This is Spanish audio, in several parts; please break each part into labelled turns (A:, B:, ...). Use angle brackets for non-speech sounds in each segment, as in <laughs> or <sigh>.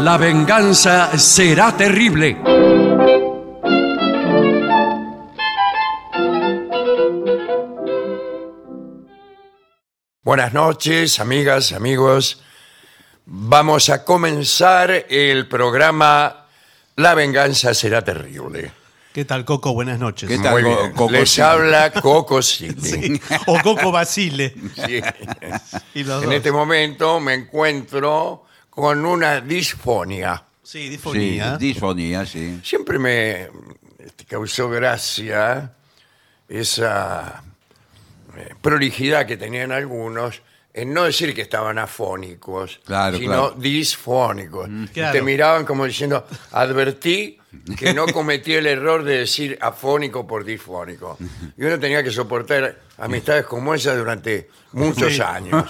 A: La venganza será terrible. Buenas noches, amigas, amigos. Vamos a comenzar el programa La venganza será terrible.
B: ¿Qué tal, Coco? Buenas noches.
C: ¿Qué tal,
A: Muy
C: Co-
A: bien.
C: Coco
A: Les
C: City?
A: habla
C: <laughs>
A: Coco City.
B: <laughs> O Coco Basile.
A: Sí.
B: Y los
A: En
B: dos.
A: este momento me encuentro con una disfonia.
B: Sí,
C: Sí,
B: disfonía.
C: disfonía, sí.
A: Siempre me este, causó gracia esa eh, prolijidad que tenían algunos en no decir que estaban afónicos,
C: Claro,
A: sino
C: claro. Mm.
A: disfónicos. Y Te
B: claro.
A: miraban como diciendo,
C: <laughs>
A: advertí que no cometí el error de decir afónico por
C: <laughs>
A: disfónico. Y uno tenía que soportar amistades como esa durante muchos
B: Sí.
C: <laughs>
A: años.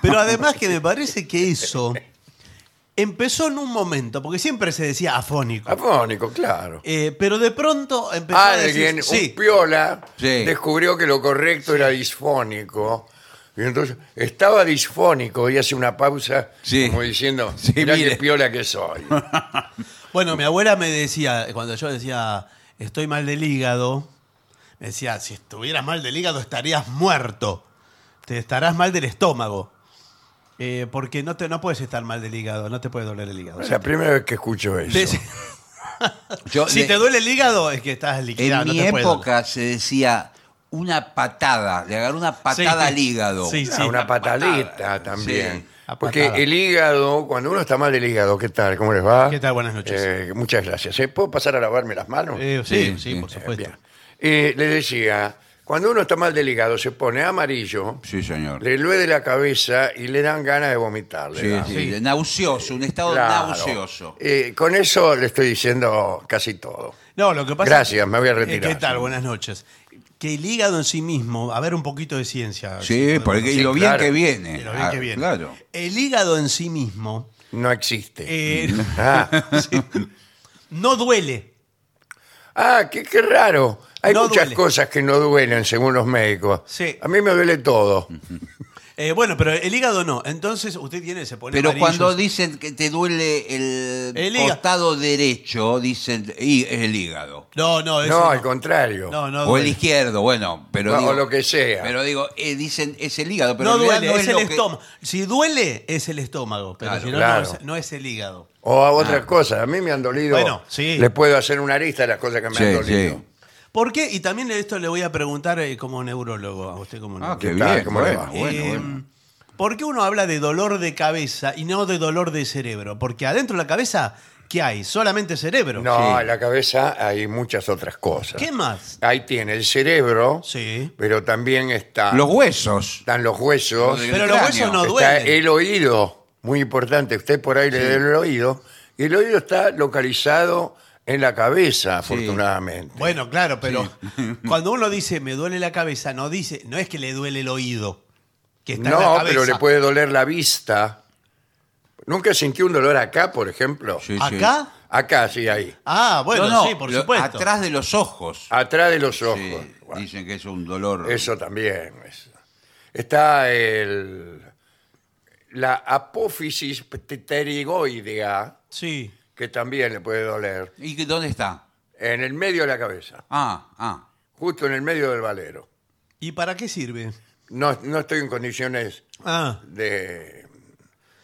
B: Pero además que me parece que eso empezó en un momento, porque siempre se decía afónico.
A: Afónico, claro.
B: Eh, pero de pronto empezó a
A: alguien,
B: decir... Sí,
A: un piola,
C: Sí.
A: descubrió que lo correcto era disfónico. Y entonces estaba disfónico y hace una pausa
C: Sí.
A: como diciendo,
C: Sí,
A: mirá
C: mire.
A: qué piola que
B: <laughs>
A: soy.
B: bueno, mi abuela me decía, cuando yo decía, estoy mal del hígado, me decía, si estuvieras mal del hígado estarías muerto. Te estarás mal del estómago. Eh, porque no, te, no puedes estar mal del hígado, no te puede doler el hígado.
A: Es la primera vez que escucho eso.
B: Te-
C: Yo-
B: si
C: de-
B: te duele el hígado es que estás
C: en
B: liquidado. no
C: mi
B: te puede doler.
C: época se decía una patada, le agarró una patada
B: Sí.
C: al hígado.
B: Sí,
A: Ah,
B: sí.
A: una
B: la
A: patadita
C: patada.
A: también.
C: Sí,
B: la
A: Porque
B: patada.
A: el hígado, cuando uno está mal del hígado, ¿qué tal? ¿Cómo les va?
B: ¿Qué tal? Buenas noches.
A: Eh, muchas gracias. ¿Eh? ¿Puedo pasar a lavarme las manos?
B: Eh, sí,
C: Sí,
B: sí,
C: sí.
B: por
C: Eh,
B: supuesto.
A: Bien. Eh, le decía, cuando uno está mal del hígado, se pone amarillo.
C: Sí, señor.
A: le lue de la cabeza y le dan ganas de vomitar. le
C: Sí,
A: dan.
C: sí, de Nauseoso, un estado
A: Claro.
C: nauseoso.
A: Eh, con eso le estoy diciendo casi todo.
B: No, lo que pasa.
A: Gracias, me voy a
B: Eh,
A: retirar.
B: ¿Qué tal? Buenas noches. Que el hígado en sí mismo, a ver un poquito de ciencia.
C: Sí, porque y
A: sí,
C: lo bien
A: claro.
C: que viene.
B: Y lo bien
C: Ah,
B: que viene.
C: Claro.
B: El hígado en sí mismo
A: No existe.
B: eh,
A: <laughs> Ah,
B: <laughs> no duele.
A: Ah, qué, qué raro. Hay
B: No
A: muchas
B: duele.
A: cosas que no duelen según los médicos.
B: Sí.
A: A mí me duele todo.
B: Eh, bueno, pero el hígado no. Entonces usted tiene, se pone.
C: Pero
B: amarillo.
C: cuando dicen que te duele el,
B: El hígado.
C: costado derecho, dicen "Y es el hígado.
B: No, no, eso
A: No, al
B: no.
A: contrario.
B: No, no
C: o el
B: duele.
C: izquierdo, bueno, pero
A: No,
C: digo,
A: o lo que sea.
C: Pero digo, eh, dicen es el hígado, pero
B: no
C: en realidad
B: duele,
C: no
B: es, el
C: lo que-
B: estómago. Si duele, es el estómago. Pero
C: Claro,
B: si no,
A: claro.
B: no, es, no es el hígado.
A: O a otras cosas. A mí me han dolido.
B: Ah. Bueno, sí.
A: Le puedo hacer una lista de las cosas que me han
C: Sí,
A: dolido.
C: sí.
B: ¿Por qué? Y también esto le voy a preguntar eh, como neurólogo, a usted como
C: Ah,
B: neurólogo.
C: qué
A: ¿Qué tal?
C: bien,
A: ¿Cómo le
C: bueno,
A: va?
C: bueno,
B: Eh,
C: bueno.
B: ¿Por qué uno habla de dolor de cabeza y no de dolor de cerebro? Porque adentro de la cabeza, ¿qué hay? Solamente cerebro.
A: No,
C: Sí.
A: en la cabeza hay muchas otras cosas.
B: ¿Qué más?
A: Ahí tiene el cerebro,
B: Sí.
A: pero también está,
C: Los huesos.
A: están los huesos.
C: Lo de-
B: Pero
C: el
B: los
C: cráneo.
B: huesos no
A: Está
B: duelen.
A: el oído, muy importante. Usted por ahí le da el oído. Y el oído está localizado en la cabeza, afortunadamente.
B: Bueno, claro, pero
A: <laughs>
B: cuando uno dice me duele la cabeza, no dice, no es que le duele el oído. Que está en la
A: no,
B: cabeza.
A: pero le puede doler la vista. ¿Nunca sintió un dolor acá, por ejemplo?
C: Sí, sí.
B: ¿Acá?
A: Acá, sí, ahí.
B: Ah, bueno,
C: No, no,
B: sí, por
C: lo-
B: supuesto.
C: Atrás de los ojos.
A: Atrás de Ah, los ojos.
C: Sí,
A: Bueno,
C: Dicen que es un dolor.
A: eso también. es. Está el, la apófisis pterigoidea,
B: Sí.
A: que también le puede doler,
C: ¿Y qué- dónde está?
A: en el medio de la cabeza,
C: Ah, ah.
A: justo en el medio del valero.
B: ¿Y para qué sirve?
A: No, no estoy en condiciones
B: Ah.
A: de.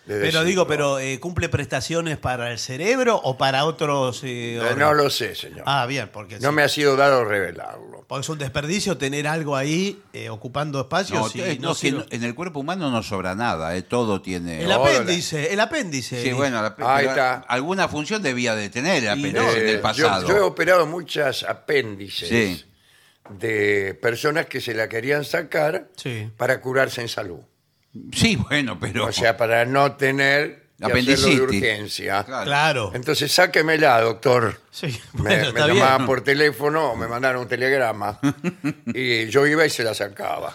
A: de
B: Pero
A: decirlo.
B: digo, pero eh, ¿cumple prestaciones para el cerebro o para otros eh,
A: Eh, No
B: órganos?
A: lo sé, señor.
B: Ah, bien, porque
A: no
B: sí.
A: me ha sido dado revelarlo.
B: Porque es un desperdicio tener algo ahí eh, ocupando espacio.
C: No,
B: si
C: eh,
B: no
C: no, que
B: sirve.
C: no- en el cuerpo humano no sobra nada, eh, todo tiene.
B: el
A: No,
B: apéndice, el apéndice.
C: Sí, bueno, la-
A: Ahí
C: pero
A: está.
C: alguna función debía de tener el
B: Y
C: apéndice
B: no,
C: en
A: Eh,
C: el
A: yo-
C: pasado.
A: Yo, he operado muchas apéndices
C: Sí.
A: de personas que se la querían sacar
B: Sí.
A: para curarse en salud.
C: Sí, bueno, pero.
A: O sea, para no tener que hacerlo de
C: Apendicitis.
A: urgencia.
C: Claro.
B: Claro.
A: Entonces, sáquemela, doctor.
B: Sí,
A: Em, Me,
B: <laughs> bueno,
A: me
B: está bien.
A: llamaban por teléfono o me mandaron un telegrama. y yo iba y se la sacaba.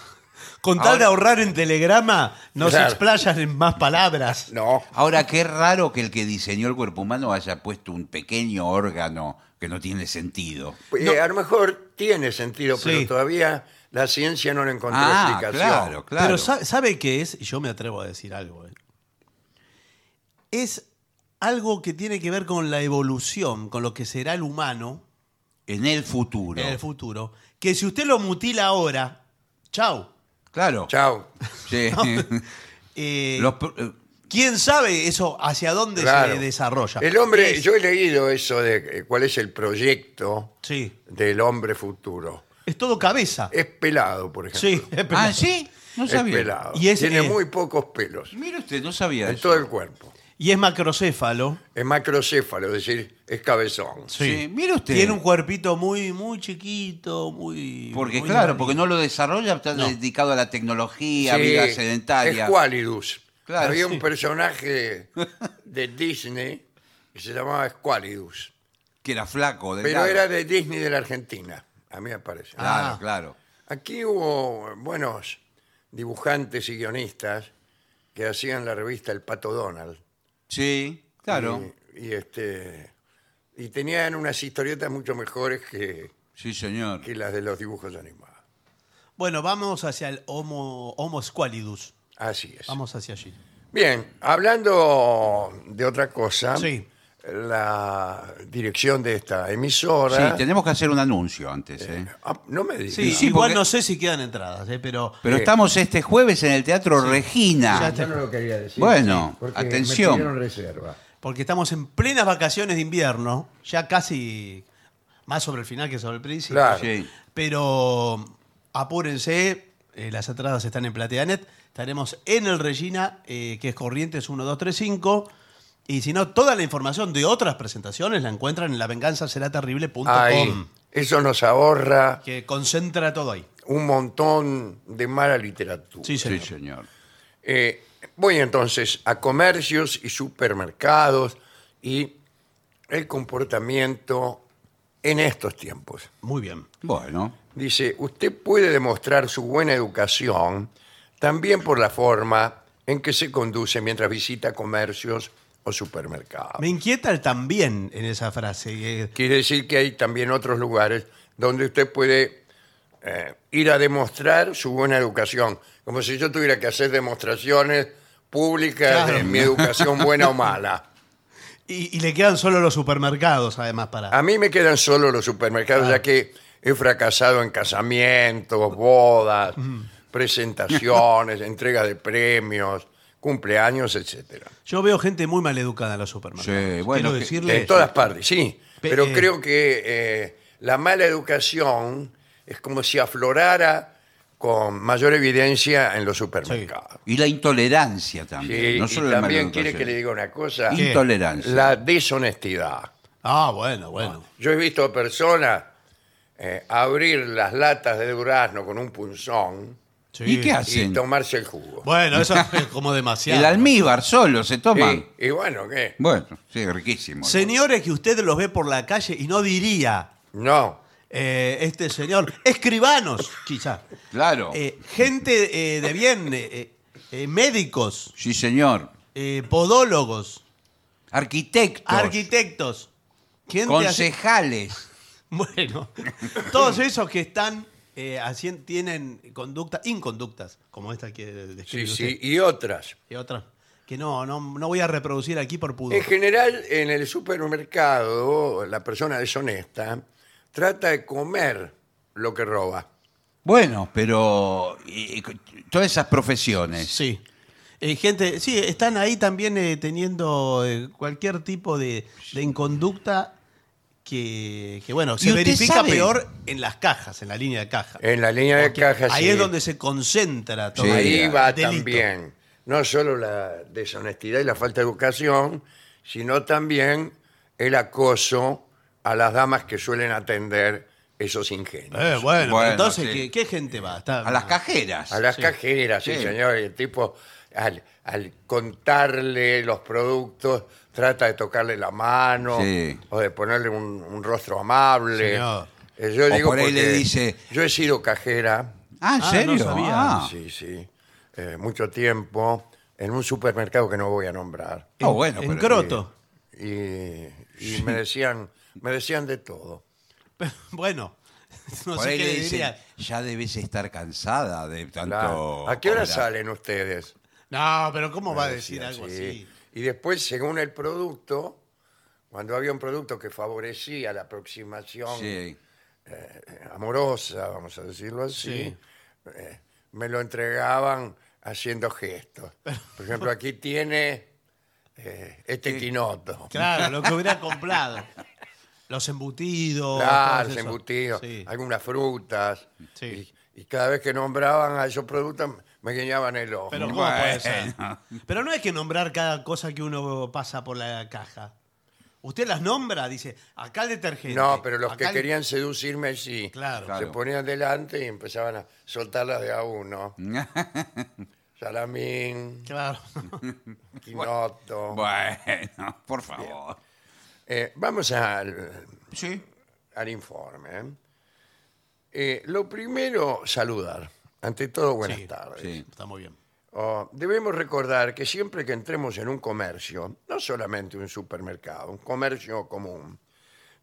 B: Con tal de ahorrar en telegrama, no
A: Claro.
B: se explayan en más palabras.
A: No.
C: Ahora, qué raro que el que diseñó el cuerpo humano haya puesto un pequeño órgano que no tiene sentido.
A: Eh, a lo mejor tiene sentido,
B: Sí.
A: pero todavía la ciencia no le encontró
C: Ah,
A: explicación.
C: claro, claro.
B: Pero sa- ¿sabe, qué es? Y yo me atrevo a decir algo. eh. Es algo que tiene que ver con la evolución, con lo que será el humano
C: En el futuro.
B: en el futuro, que si usted lo mutila ahora, chau.
C: Claro.
A: Chao.
C: Sí.
B: <laughs> Eh,
C: Los pr- eh,
B: ¿Quién sabe eso hacia dónde
A: Claro.
B: se desarrolla?
A: El hombre,
B: Es-
A: yo he leído eso de eh, cuál es el proyecto
B: Sí,
A: del hombre futuro.
B: es todo cabeza.
A: Es pelado, por ejemplo.
B: Sí, <laughs> es verdad.
C: ah, sí. No
A: es
C: sabía.
A: pelado.
B: Y es,
A: Tiene
B: eh,
A: muy pocos pelos
C: Mire usted, no sabía
A: en
C: eso.
A: todo el cuerpo.
B: Y es macrocéfalo.
A: Es macrocéfalo, es decir, es cabezón.
C: Sí. mire usted.
B: Tiene un cuerpito muy, muy chiquito, muy.
C: Porque
B: muy
C: claro,
B: bonito.
C: porque no lo desarrolla, está
B: No.
C: dedicado a la tecnología,
A: Sí,
C: vida sedentaria.
A: Es Squalidus.
C: Claro,
A: Había
C: sí.
A: un
C: <laughs>
A: personaje de Disney que se llamaba Squalidus.
C: que era flaco,
A: Pero
C: delgado.
A: era de Disney de la Argentina, a mí me parece.
C: Claro,
B: Ah.
C: claro.
A: Aquí hubo buenos dibujantes y guionistas que hacían la revista El Pato Donald.
C: Sí, claro.
A: Y, y, este y tenían unas historietas mucho mejores que,
C: Sí, señor.
A: que las de los dibujos animados.
B: Bueno, vamos hacia el Homo, homo Squalidus.
A: Así es.
B: Vamos hacia allí.
A: Bien, hablando de otra cosa,
B: Sí.
A: la dirección de esta emisora.
C: Sí, tenemos que hacer un anuncio antes. ¿eh?
A: Ah, no me digas.
B: Sí,
C: sí,
B: igual
C: porque-
B: no sé si quedan entradas, eh, pero.
C: Pero estamos este jueves en el Teatro
B: Ya
C: Regina.
B: está.
A: lo quería decir.
C: Bueno,
A: porque
C: atención.
A: pidieron reserva.
B: Porque estamos en plenas vacaciones de invierno, ya casi más sobre el final que sobre el principio.
A: Claro.
C: Sí.
B: Pero apúrense, eh, las entradas están en Plateanet. Estaremos en el Regina, eh, que es Corrientes 1235. Y si no, toda la información de otras presentaciones la encuentran en lavenganzaseraterrible.com,
A: Ahí. Eso nos ahorra
B: que concentra todo ahí.
A: un montón de mala literatura.
B: Sí, señor.
C: Sí, señor.
A: Eh, voy entonces a comercios y supermercados y el comportamiento en estos tiempos.
B: Muy bien.
C: Bueno,
A: Dice, usted puede demostrar su buena educación también por la forma en que se conduce mientras visita comercios o
C: Ah.
A: supermercados.
B: Me inquieta el también en esa frase. eh,
A: Quiere decir que hay también otros lugares donde usted puede eh, ir a demostrar su buena educación. Como si yo tuviera que hacer demostraciones públicas de
B: Claro.
A: mi educación buena o mala.
B: Y, y le quedan solo los supermercados, además, para.
C: Ah.
A: A mí me quedan solo los supermercados,
B: Ah.
A: ya que he fracasado en casamientos, bodas, presentaciones, entregas de premios, cumpleaños, etcétera.
B: Yo veo gente muy maleducada en los supermercados.
C: Sí, bueno,
B: Quiero
C: que-
B: decirle.
A: De todas partes, sí.
B: Pe-
A: Pero
B: eh.
A: creo que eh, la mala educación es como si aflorara con mayor evidencia en los supermercados.
C: y la intolerancia también.
A: Sí,
C: no
A: y
C: solo la
A: también quiere
C: maleducación.
A: que le diga una cosa,
B: ¿Qué?
C: Intolerancia.
A: la deshonestidad.
B: Ah, bueno, bueno.
A: Yo he visto personas eh, abrir las latas de durazno con un punzón
B: Ah, Sí.
C: ¿Y qué
A: y
C: hacen?
A: tomarse el jugo.
B: Bueno,
C: <laughs>
B: eso es como demasiado.
C: El almíbar solo se toman.
A: Sí, y bueno, ¿qué?
C: Bueno, sí, riquísimo.
B: Señores que usted los ve por la calle y no diría,
A: No.
B: eh, este señor, escribanos, quizás.
C: Claro.
B: Eh, gente eh, de bien, eh, eh, eh, médicos,
C: Sí, señor.
B: eh, podólogos,
C: Arquitectos.
B: arquitectos, gente así-
C: concejales.
B: <laughs> Bueno, todos esos que están eh, haciendo- tienen conductas, inconductas, como esta que describe
A: Sí,
B: usted.
A: sí, y otras.
B: Y otras que no, no, no voy a reproducir aquí por pudor.
A: En general, en el supermercado, la persona deshonesta trata de comer lo que roba.
C: Bueno, pero y- y todas esas profesiones.
B: Sí. Eh, gente, sí, están ahí también eh, teniendo eh, cualquier tipo de, de inconducta que, que, bueno, se
C: usted
B: verifica
C: sabe?
B: peor en las cajas, en la línea de caja.
A: En la línea de cajas.
B: ahí
A: sí.
B: es donde se concentra todo.
C: Sí, ah,
B: el
A: Ahí va
B: delito.
A: también. No solo la deshonestidad y la falta de educación, sino también el acoso a las damas que suelen atender esos ingenios.
B: Eh, bueno,
C: Bueno,
B: pero entonces,
C: sí.
B: ¿qué, qué gente va? Está-
C: A las cajeras.
A: A las cajeras, sí,
C: Sí.
A: señor. Y el tipo, al, al contarle los productos, trata de tocarle la mano
C: Sí.
A: o de ponerle un, un rostro amable.
B: Señor.
A: Eh, Yo
C: O
A: digo
C: por ahí le
A: porque
C: dice-
A: Yo he sido cajera,
C: Ah, ¿en
B: Ah, no
C: serio?
B: sabía.
C: Ah.
A: sí, sí, eh, mucho tiempo, en un supermercado que no voy a nombrar.
B: En,
C: Ah, bueno,
B: en
C: pero-
B: Croto. <laughs>
A: Y, y me decían, me decían de todo.
B: Bueno, <laughs> no
C: Por
B: sé
C: ahí
B: qué
C: le
B: le
C: dicen,
B: diría.
C: ya debes estar cansada de tanto...
A: Claro. ¿A qué hora
C: cobrar".
A: salen ustedes?
B: No, pero ¿cómo va a
A: Me
B: decir
A: decían,
B: algo
A: sí.
B: así?
A: Y después, según el producto, cuando había un producto que favorecía la aproximación
C: Sí.
A: amorosa, vamos a decirlo así,
B: Sí.
A: eh, me lo entregaban haciendo gestos. Por ejemplo, aquí tiene eh, este quinoto.
B: Claro, lo que hubiera
C: <laughs>
B: comprado. Los embutidos.
A: Claro,
B: todos
A: los
B: esos.
A: embutidos,
B: Sí.
A: algunas frutas.
B: Sí.
A: Y, y cada vez que nombraban a esos productos, me guiñaban el ojo.
B: Pero ¿cómo
C: Bueno.
B: puede ser? Pero no hay que nombrar cada cosa que uno pasa por la caja. Usted las nombra, dice, acá el detergente.
A: no, pero los
B: acá
A: que
B: el-
A: querían seducirme, sí.
B: Claro.
A: Se
C: Claro.
A: ponían delante y empezaban a soltarlas de a
C: <laughs>
A: uno. Salamín,
B: Claro. <laughs>
A: quinoto.
C: Bueno, <laughs> por favor.
A: Eh, vamos al,
C: Sí.
A: al informe. ¿eh? Eh, lo primero, saludar. Ante todo, buenas
B: Sí,
A: tardes.
C: Sí.
B: Está muy bien.
A: Oh, debemos recordar que siempre que entremos en un comercio, no solamente un supermercado, un comercio común,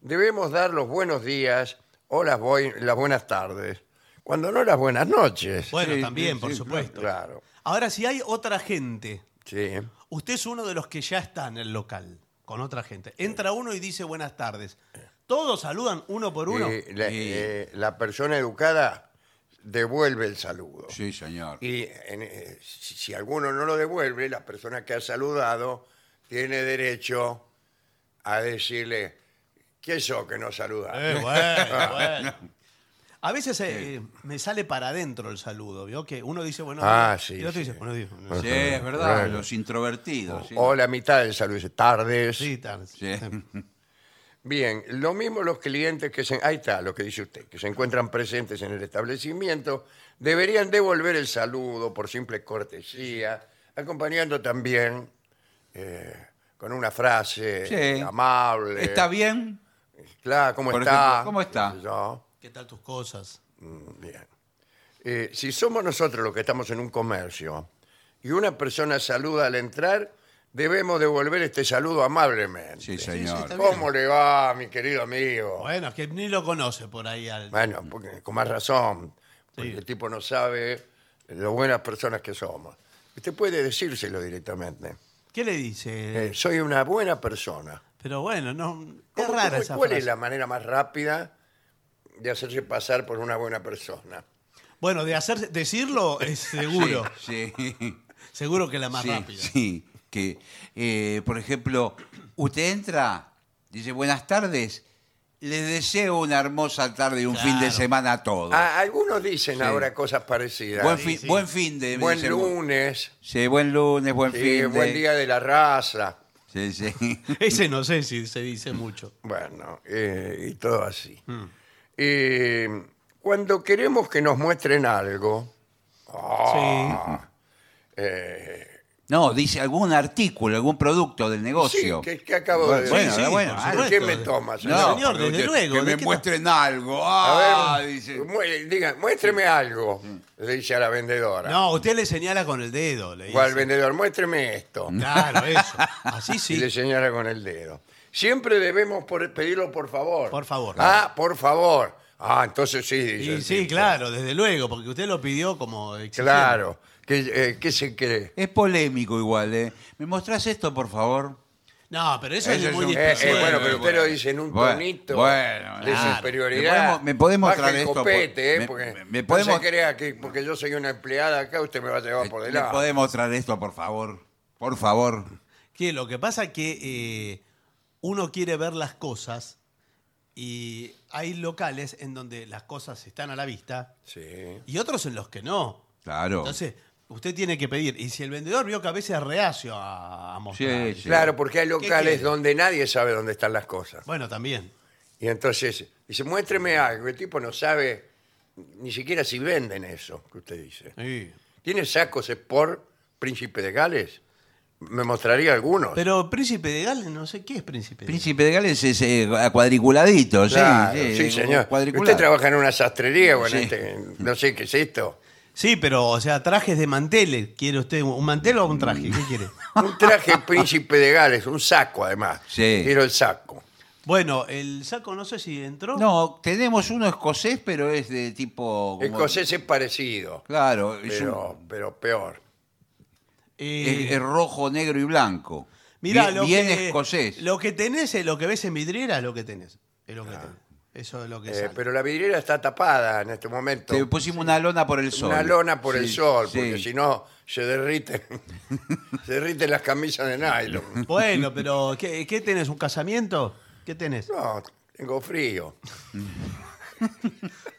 A: debemos dar los buenos días o las, boi- las buenas tardes, cuando no las buenas noches.
B: Bueno,
C: Sí,
B: también,
C: sí,
B: por
C: sí,
B: supuesto.
A: Claro,
B: Ahora, si hay otra gente,
A: sí.
B: usted es uno de los que ya está en el local, con otra gente. Entra uno y dice buenas tardes. Todos saludan uno por uno.
A: Y la,
C: Sí.
A: eh, la persona educada devuelve el saludo.
C: Sí, señor.
A: Y en, eh, si, si alguno no lo devuelve, la persona que ha saludado tiene derecho a decirle, ¿qué eso que no saluda?
B: Eh,
A: <laughs>
B: bueno, bueno. A veces eh, me sale para adentro el saludo, ¿vio? Que uno dice buenos
A: Ah,
B: días.
A: sí,
B: Y el otro
A: sí.
B: dice buenos días. buenos
C: Sí, es verdad, los introvertidos. sí.
A: O la mitad del saludo dice, tardes.
B: Sí, tal.
C: Sí.
A: Bien, lo mismo los clientes que se... Ahí está lo que dice usted, que se encuentran presentes en el establecimiento, deberían devolver el saludo por simple cortesía, acompañando también eh, con una frase
C: Sí.
A: amable.
C: ¿Está bien?
A: Claro, ¿cómo
C: Por
A: está?
C: ejemplo, ¿cómo está?
A: Qué sé yo.
B: ¿Qué tal tus cosas?
A: Bien. Eh, si somos nosotros los que estamos en un comercio y una persona saluda al entrar, debemos devolver este saludo amablemente.
C: Sí,
B: sí,
C: señor.
B: está bien.
A: ¿Cómo le va, mi querido amigo?
B: Bueno, es que ni lo conoce por ahí al.
A: Bueno, porque- con más razón, porque
B: Sí.
A: el tipo no sabe lo buenas personas que somos. Usted puede decírselo directamente.
B: ¿Qué le dice?
A: Eh, soy una buena persona.
B: Pero bueno, no. Es
A: ¿Cómo-
B: rara
A: cómo-
B: esa
A: ¿Cuál
B: frase.
A: es la manera más rápida de hacerse pasar por una buena persona?
B: Bueno, de hacer, decirlo es seguro.
C: Sí, sí,
B: Seguro que la más
C: sí,
B: rápida.
C: sí, que, eh, por ejemplo, usted entra, dice buenas tardes, les deseo una hermosa tarde y un
B: Claro.
C: fin de semana a todos.
A: Ah, algunos dicen
C: Sí.
A: ahora cosas parecidas.
C: buen,
A: Sí.
C: fin,
B: sí.
C: buen fin de me
A: Buen
C: dice,
A: lunes,
C: Sí, buen lunes, buen
A: sí,
C: fin de.
A: buen día de la raza.
C: Sí, sí. <laughs>
B: Ese no sé si se dice mucho.
A: Bueno, eh, y todo así. Eh, cuando queremos que nos muestren algo, Ah,
C: No, dice algún artículo, algún producto del
A: sí,
C: negocio.
A: que, que acabo de
C: Bueno,
A: decir.
B: sí,
C: bueno,
B: por
C: ah,
B: supuesto.
A: ¿Qué me tomas?
B: No,
A: señor?
B: señor,
C: pero
B: desde
C: que-
B: luego,
C: Que
B: ¿de
C: me
B: qué
C: muestren algo. Ah,
A: A ver,
C: dice.
A: mu- diga, muéstreme algo, le dice a la vendedora.
B: Mm. No, usted le señala con el dedo. Le dice.
A: O al vendedor, muéstreme esto.
B: Claro, eso. Así
A: <laughs> Y le
B: sí.
A: señala con el dedo. Siempre debemos por- pedirlo por favor.
B: Por favor.
A: Ah, por favor. Ah, entonces sí, dice.
B: Y
A: el
B: sí,
A: tipo.
B: claro, desde luego, porque usted lo pidió como exigiendo.
A: Claro. ¿Qué, eh, qué se cree?
C: Es polémico igual, ¿eh? ¿Me mostrás esto, por favor?
B: No, pero eso,
C: Eso
B: es
C: es
B: muy
C: un-
A: Eh, eh,
B: difícil.
A: bueno,
C: Bueno,
A: pero usted
C: bueno.
A: lo dice en un
C: Bueno,
A: tonito
C: bueno,
A: de
C: claro.
A: superioridad.
C: ¿Me podemos- me podemos
A: Baje
C: traer
A: el
C: esto por-
A: copete, eh,
C: me-
A: porque
C: me- me podemos- Eh,
A: no se crea que porque yo soy una empleada acá, usted me va a llevar Ah, por
C: ¿Me
A: delante.
C: puede mostrar esto, por favor? Por favor.
B: Que lo que pasa es que eh, uno quiere ver las cosas y hay locales en donde las cosas están a la vista
A: Sí.
B: y otros en los que no.
C: Claro.
B: Entonces, usted tiene que pedir. Y si el vendedor vio que a veces es reacio a, a mostrar.
C: Sí.
A: Claro, porque hay
B: quiere?
A: locales donde nadie sabe dónde están las cosas.
B: Bueno, también.
A: Y entonces dice, muéstreme algo. El tipo no sabe ni siquiera si venden eso que usted dice.
B: Sí.
A: ¿Tiene sacos por Príncipe de Gales? Me mostraría algunos.
B: Pero Príncipe de Gales, no sé qué es Príncipe de Gales.
C: Príncipe de Gales es eh, cuadriculadito, sí,
A: Claro,
C: sí.
A: sí, señor.
C: cuadriculado.
A: Usted trabaja en una sastrería, bueno,
C: Sí.
A: este, no sé qué es esto.
B: Sí, pero, o sea, trajes de manteles. ¿Quiere usted un mantel o un traje?
C: <laughs>
B: ¿Qué quiere?
A: Un traje Príncipe de Gales, un saco además.
C: Sí.
A: Quiero el saco.
B: Bueno, el saco no sé si entró.
C: No, tenemos uno escocés, pero es de tipo... como-
A: Escocés es parecido,
C: Claro, es, un-
A: pero, pero peor.
B: Eh,
C: es- es rojo, negro y blanco.
B: Mirá,
C: Bien-
B: lo
C: bien
B: que,
C: escocés.
B: Lo que tenés, es lo que ves en vidriera es lo que tenés. Es lo que tenés. Eso es lo que
A: Eh,
B: sale.
A: pero la vidriera está tapada en este momento.
C: Te pusimos una lona por el sol.
A: Una lona por el
C: Sí,
A: sol,
C: sí.
A: porque si no se
C: <laughs>
A: derriten, se derriten las camisas de nylon.
C: <laughs>
B: Bueno, pero ¿qué, qué tenés? ¿Un casamiento? ¿Qué tenés?
A: No, tengo frío.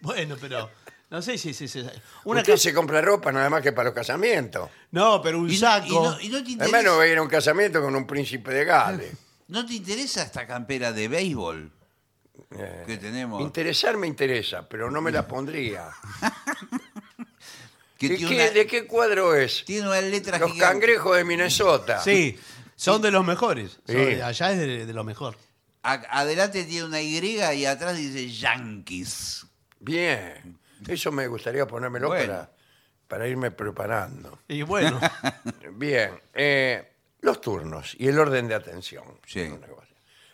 B: Bueno, pero no sé si si- si-
A: Una
B: una
A: Usted
B: ca-
A: se compra ropa nada más que para los casamientos.
B: No, pero un
C: Y no,
B: saco.
C: y no- y no te interesa,
A: Además no voy a ir a un casamiento con un príncipe de
C: <laughs>
A: Gales.
C: no te interesa esta campera de béisbol
A: Eh,
C: que tenemos.
A: interesar me interesa, pero no me la pondría.
C: que
A: ¿De
C: tiene,
A: qué,
C: una,
A: de qué cuadro es?
C: tiene una letra
A: Los
C: gigante.
A: cangrejos de Minnesota.
B: Sí, son de los mejores. Son-
A: Sí.
B: allá es de, de lo mejor.
C: A- adelante tiene una Y y atrás dice Yankees.
A: Bien. Eso me gustaría ponérmelo
C: Bueno.
A: para, para irme preparando.
B: Y
C: <laughs>
B: bueno,
A: Bien, eh, los turnos y el orden de atención.
C: Sí.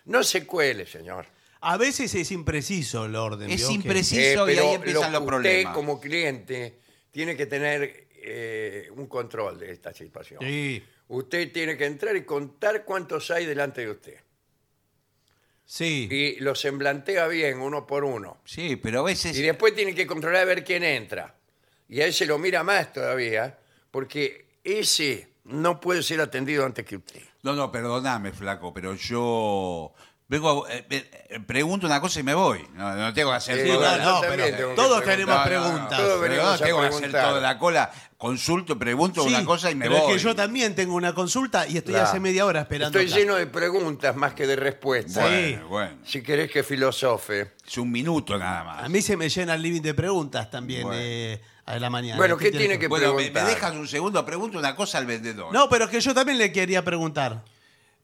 A: No se cuele, señor.
B: a veces es impreciso el orden.
C: Es
B: ¿vio? Que-
C: impreciso. Sí, soy, ahí empiezan
A: Eh, lo
C: los
A: que
C: problemas.
A: Usted como cliente tiene que tener eh, un control de esta situación.
B: Sí,
A: Usted tiene que entrar y contar cuántos hay delante de usted.
B: sí.
A: Y los semblantea bien, uno por uno.
C: Sí, pero a veces.
A: <laughs> Y después tiene que controlar a ver quién entra. Y a él se lo mira más todavía, porque ese no puede ser atendido antes que usted.
C: No, no, perdóname, flaco, pero yo. Vengo a- eh, eh, pregunto una cosa y me voy. No, no tengo que hacer
A: Sí,
B: No,
C: toda
A: bueno,
B: no,
C: la-
B: no,
A: yo también tengo
B: pero
A: que
B: todos
A: preguntar.
B: tenemos
C: No, no, no.
B: preguntas.
A: Todos
C: Pero
A: venimos
C: no,
A: a
C: tengo que hacer
A: preguntar.
C: toda la cola. Consulto, pregunto
B: Sí,
C: una cosa y me
B: pero
C: voy.
B: es que yo también tengo una consulta y estoy
A: Claro.
B: hace media hora esperando.
A: Estoy
B: acá.
A: lleno de preguntas más que de respuestas.
B: Sí.
C: Bueno, bueno.
A: Si querés que filosofe.
C: Es un minuto nada más.
B: A mí se me llena el living de preguntas también
C: Bueno.
B: eh, a la mañana.
A: Bueno, ¿qué tiene que-
C: bueno, me, me
A: preguntar.
C: dejas un segundo, pregunto una cosa al vendedor.
B: No, pero es que yo también le quería preguntar.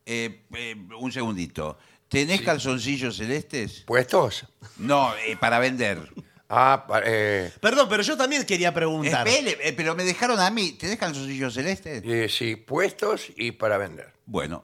C: Eh, eh, un segundito. ¿Tenés calzoncillos celestes?
A: ¿Puestos?
C: No, eh, para vender.
A: Ah, pa- eh,
B: Perdón, pero yo también quería preguntar.
C: Espere, eh, pero me dejaron a mí. ¿Tenés calzoncillos celestes?
A: eh, sí, puestos y para vender.
C: Bueno,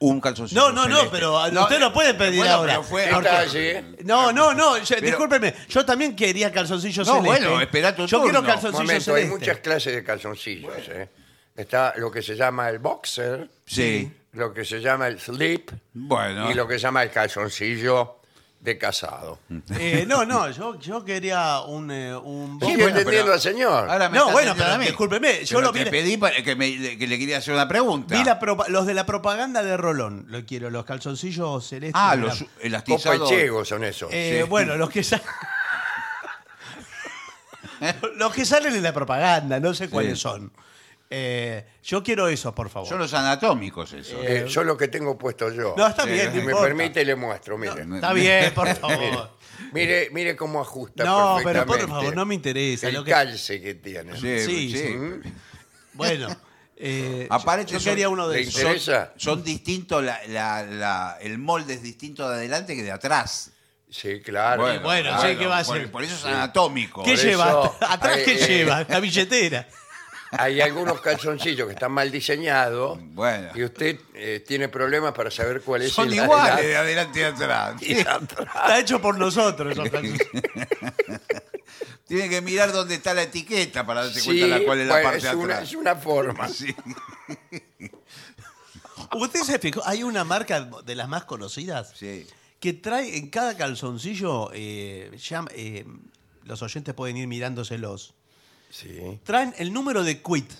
C: un calzoncillo
B: No, no, no,
C: celeste. eh,
B: pero a- usted lo puede pedir
C: bueno,
B: ahora.
C: pero fue-
B: Porque-
A: Detalle.
B: No, no, no, yo-
C: Pero-
B: discúlpeme. Yo también quería calzoncillos
C: No,
B: celeste.
C: bueno, espera tu
B: Yo
C: turno.
B: quiero calzoncillos
A: Momento, hay
B: celeste.
A: muchas clases de calzoncillos. eh. Está lo que se llama el boxer,
C: Sí.
A: lo que se llama el slip
C: Bueno.
A: y lo que se llama el calzoncillo de casado.
B: Eh, no, no, yo, yo quería un, eh,
A: Sigue
B: un boxer.
C: bueno,
A: entendiendo
C: pero-
A: al señor.
C: Ahora me
B: No,
C: está
B: bueno,
C: atendiendo
B: pero
C: a mí.
B: discúlpeme, yo
C: Pero
B: lo
C: te
B: miré-
C: pedí para- que, me- que le quería hacer una pregunta.
B: Vi la propa- los de la propaganda de Rolón, lo quiero, los calzoncillos celestes.
C: Ah,
B: de la-
C: los
A: Copa y
C: elastizados.
A: Chego son esos.
B: Eh,
C: sí.
B: Bueno, los
A: <laughs>
B: que salen. los que salen en la propaganda, no sé cuáles son. Eh, yo quiero esos, por favor.
C: Son los anatómicos esos.
A: Eh, son los que tengo puestos yo.
B: No, está
C: Sí,
A: Si
B: bien, no
A: me
B: importa. Eh,
A: permite, le muestro, mire.
B: Está bien,
A: <laughs>
B: por favor.
A: Mire, mire cómo ajusta
B: No, pero
A: perfectamente
B: por favor, no me interesa.
A: el
B: Lo que-
A: calce que tiene.
C: Sí,
B: Sí,
C: sí.
A: <laughs>
B: bueno, eh,
C: Aparece
B: yo
C: son-
B: quería uno
A: ¿Le
B: de esos.
A: interesa?
C: Son distintos, la- la- la- el molde es distinto de adelante que de atrás.
A: Sí, claro.
B: bueno, sí, ¿qué va a
C: por-
B: ser?
C: Por eso es anatómico.
B: ¿Qué
A: eso-
B: lleva? <laughs> ¿Atrás
A: Ay,
B: qué
A: eh.
B: lleva? La billetera.
A: Hay algunos calzoncillos que están mal diseñados
C: Bueno.
A: y usted eh, tiene problemas para saber cuál es
C: Son
A: el
C: iguales de
A: adelante
C: adelante y atrás.
B: <laughs>
A: y atrás.
B: Está hecho por
A: <laughs>
B: nosotros. esos calzoncillos.
C: Tiene que mirar dónde está la etiqueta para darse
A: Sí,
C: cuenta la cuál es la
A: bueno,
C: parte de
A: es una,
C: atrás.
A: es una forma.
C: Sí.
B: ¿Usted se fijó? Hay una marca de las más conocidas
C: <laughs> Sí.
B: que trae en cada calzoncillo, eh, ya, eh, los oyentes pueden ir mirándoselos,
A: Sí.
B: traen el número de quit.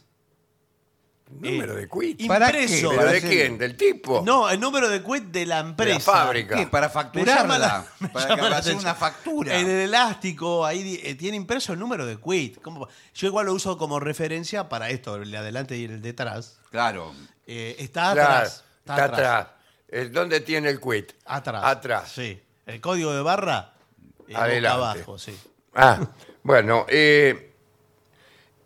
A: Número de quit.
B: Impreso.
C: ¿Para qué?
A: ¿Pero
C: para
A: de
C: hacer-
A: quién? ¿Del tipo?
B: No, el número de quit de la
A: Oh. de
B: empresa.
A: la fábrica.
C: ¿Qué? Para
B: Me llama
C: facturarla. <laughs>
B: la- <laughs> me
C: para
B: llama la
C: hacer
B: atención.
C: una factura.
B: En el elástico, ahí di- eh, tiene impreso el número de quit. ¿Cómo va? Yo igual lo uso como referencia para esto, el de adelante y el detrás.
C: Claro.
B: Eh, está
A: Claro,
B: atrás.
A: Está, atrás. Eh, ¿Dónde tiene el quit?
B: Atrás.
A: Atrás.
B: Sí. El código de barra. eh, boca
A: Adelante.
B: abajo, sí.
A: Ah, bueno, eh,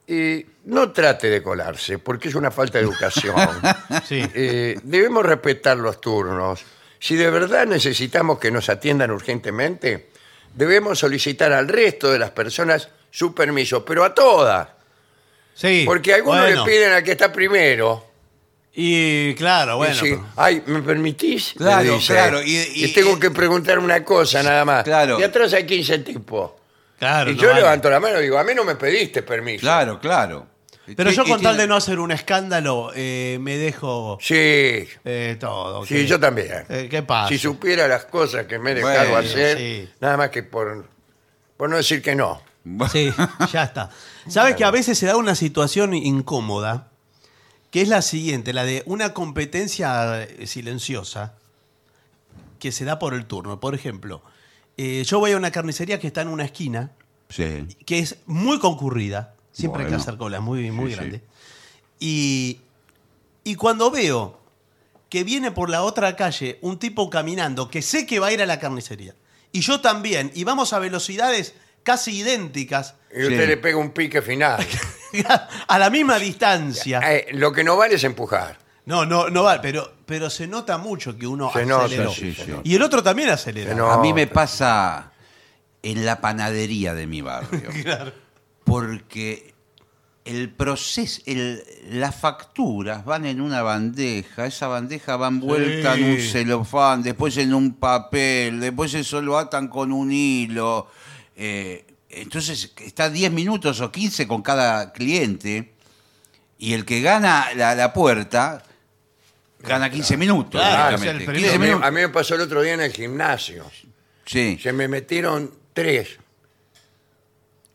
A: eh, no trate de colarse, porque es una falta de educación. <laughs>
B: Sí.
A: Eh, debemos respetar los turnos. Si de verdad necesitamos que nos atiendan urgentemente, debemos solicitar al resto de las personas su permiso, pero a todas,
B: Sí.
A: <laughs> porque algunos
B: bueno.
A: le piden al que está primero.
B: Y claro, bueno.
A: y si,
B: pero-
A: ay, ¿me permitís? Le
C: Claro,
A: dice.
C: claro, y- y-
A: Y tengo que preguntar una cosa nada más.
C: Claro.
A: Y atrás hay 15 tipos.
B: claro,
A: Y
B: no
A: yo
B: vale.
A: levanto la mano y digo, a mí no me pediste permiso.
C: Claro, claro.
B: Pero
C: ¿Qué-
B: yo
C: qué
B: con tal
C: tiene?
B: de no hacer un escándalo, eh, me dejo
A: Sí,
B: eh, todo.
A: sí,
B: que-
A: yo también.
B: eh, ¿Qué pasa?
A: Si supiera las cosas que me he dejado
C: Bueno,
A: hacer,
B: sí.
A: nada más que por, por no decir que no.
B: Sí, ya está. Sabes que a veces se da una situación incómoda, que es la siguiente, la de una competencia eh, silenciosa que se da por el turno. Por ejemplo, eh, yo voy a una carnicería que está en una esquina,
C: Sí.
B: que es muy concurrida, siempre hay que
C: Bueno.
B: hacer colas muy, muy
C: Sí, sí.
B: grande. Y, y cuando veo que viene por la otra calle un tipo caminando que sé que va a ir a la carnicería, y yo también, y vamos a velocidades casi idénticas, <laughs>
A: Y
C: Sí.
A: usted le pega un pique final.
B: a la misma distancia.
A: Eh, lo que no vale es empujar.
B: No, no, no va, pero, pero se nota mucho que uno
A: Se nota,
B: aceleró.
C: sí, sí.
B: Y el otro también acelera.
A: Se
B: <laughs>
A: nota.
C: A mí
A: No,
C: me
A: pero-
C: pasa en la panadería de mi barrio. Porque el proceso, el- las facturas van en una bandeja, esa bandeja va envuelta en un
B: Sí.
C: celofán, después en un papel, después eso lo atan con un hilo. eh, entonces está 10 minutos o 15 con cada cliente y el que gana la, la puerta gana 15 minutos.
B: Claro,
C: directamente.
B: es el primero.
C: 15
A: A mí,
C: minutos.
A: a mí me pasó el otro día en el gimnasio.
C: Sí.
A: Se me metieron tres.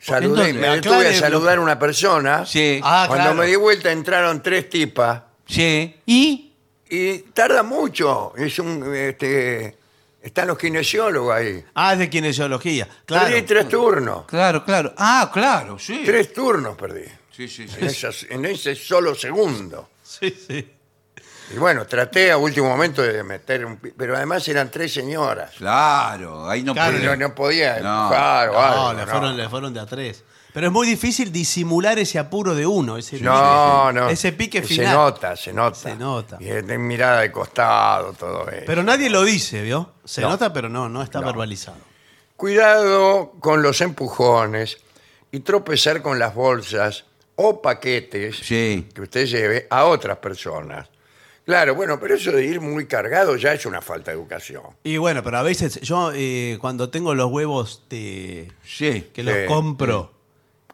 C: ¿En
A: Saludé,
C: dónde?
A: me
B: Aclare
A: detuve a
B: lo-
A: saludar a una persona.
C: Sí.
B: Ah,
A: Cuando
B: claro.
A: me di vuelta entraron tres tipas
C: Sí. ¿Y?
A: y tarda mucho. Es un, este, están los kinesiólogos ahí.
B: Ah, es de kinesiología. Claro.
A: Perdí tres turnos.
C: Claro, claro. Ah, claro, sí.
A: Tres turnos perdí.
C: Sí, sí, sí.
A: En, esas- en ese solo segundo.
B: Sí, sí.
A: Y bueno, traté a último momento de meter un... pi- Pero además eran tres señoras.
C: Claro, ahí no
B: Claro.
A: Y
C: puede.
A: no, no podía
C: No.
A: empujar o
B: No,
A: algo,
B: le
A: no.
B: fueron, le fueron de a tres. Pero es muy difícil disimular ese apuro de uno. Ese
A: No, no.
B: Ese pique
A: Se
B: final.
A: nota, se nota.
B: Se nota.
A: Y de mirada de costado, todo eso.
B: Pero nadie lo dice, ¿vio? Se
A: No.
B: nota, pero no, no está verbalizado.
A: Cuidado con los empujones y tropezar con las bolsas o paquetes
C: Sí.
A: que usted lleve a otras personas. Claro, bueno, pero eso de ir muy cargado ya es una falta de educación.
B: Y bueno, pero a veces yo eh, cuando tengo los huevos de-
C: Sí.
B: que los
A: Sí.
B: compro,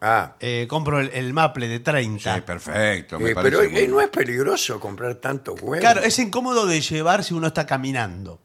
A: Ah,
B: eh, compro el, el maple de 30.
C: Sí, perfecto. Me
A: eh,
C: parece
A: pero eh,
C: muy-
A: no es peligroso comprar tantos huevos.
B: claro, es incómodo de llevar si uno está caminando.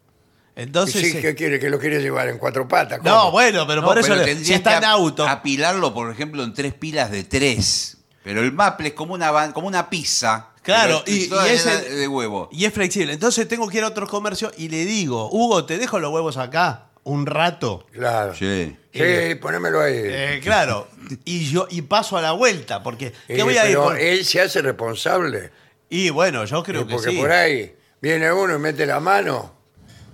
A: Y
B: Entonces.
A: sí,
B: eh,
A: ¿qué quiere? ¿Que lo quiere llevar en cuatro patas? ¿Cómo?
B: no, bueno, pero
C: No,
B: por eso
C: pero
B: le-
C: tendrían
B: si está
C: que
B: en
C: ap-
B: auto.
C: Apilarlo, por ejemplo, en tres pilas de tres. Pero el maple es como una, ban- como una pizza.
B: Claro,
C: Pero
B: y,
C: toda
B: y es
C: llena
B: el-
C: de huevo.
B: Y es flexible. Entonces tengo que ir a otro comercio y le digo, Hugo, te dejo los huevos acá un rato.
A: Claro. Sí,
C: Sí.
A: ponémelo ahí. <laughs>
B: Eh, claro. Y yo y paso a la vuelta, porque ¿qué
A: Eh,
B: voy a ir
A: pero
B: con-
A: él se hace responsable.
B: Y bueno, yo creo
A: Eh,
B: que
A: porque
B: sí.
A: por ahí viene uno y mete la mano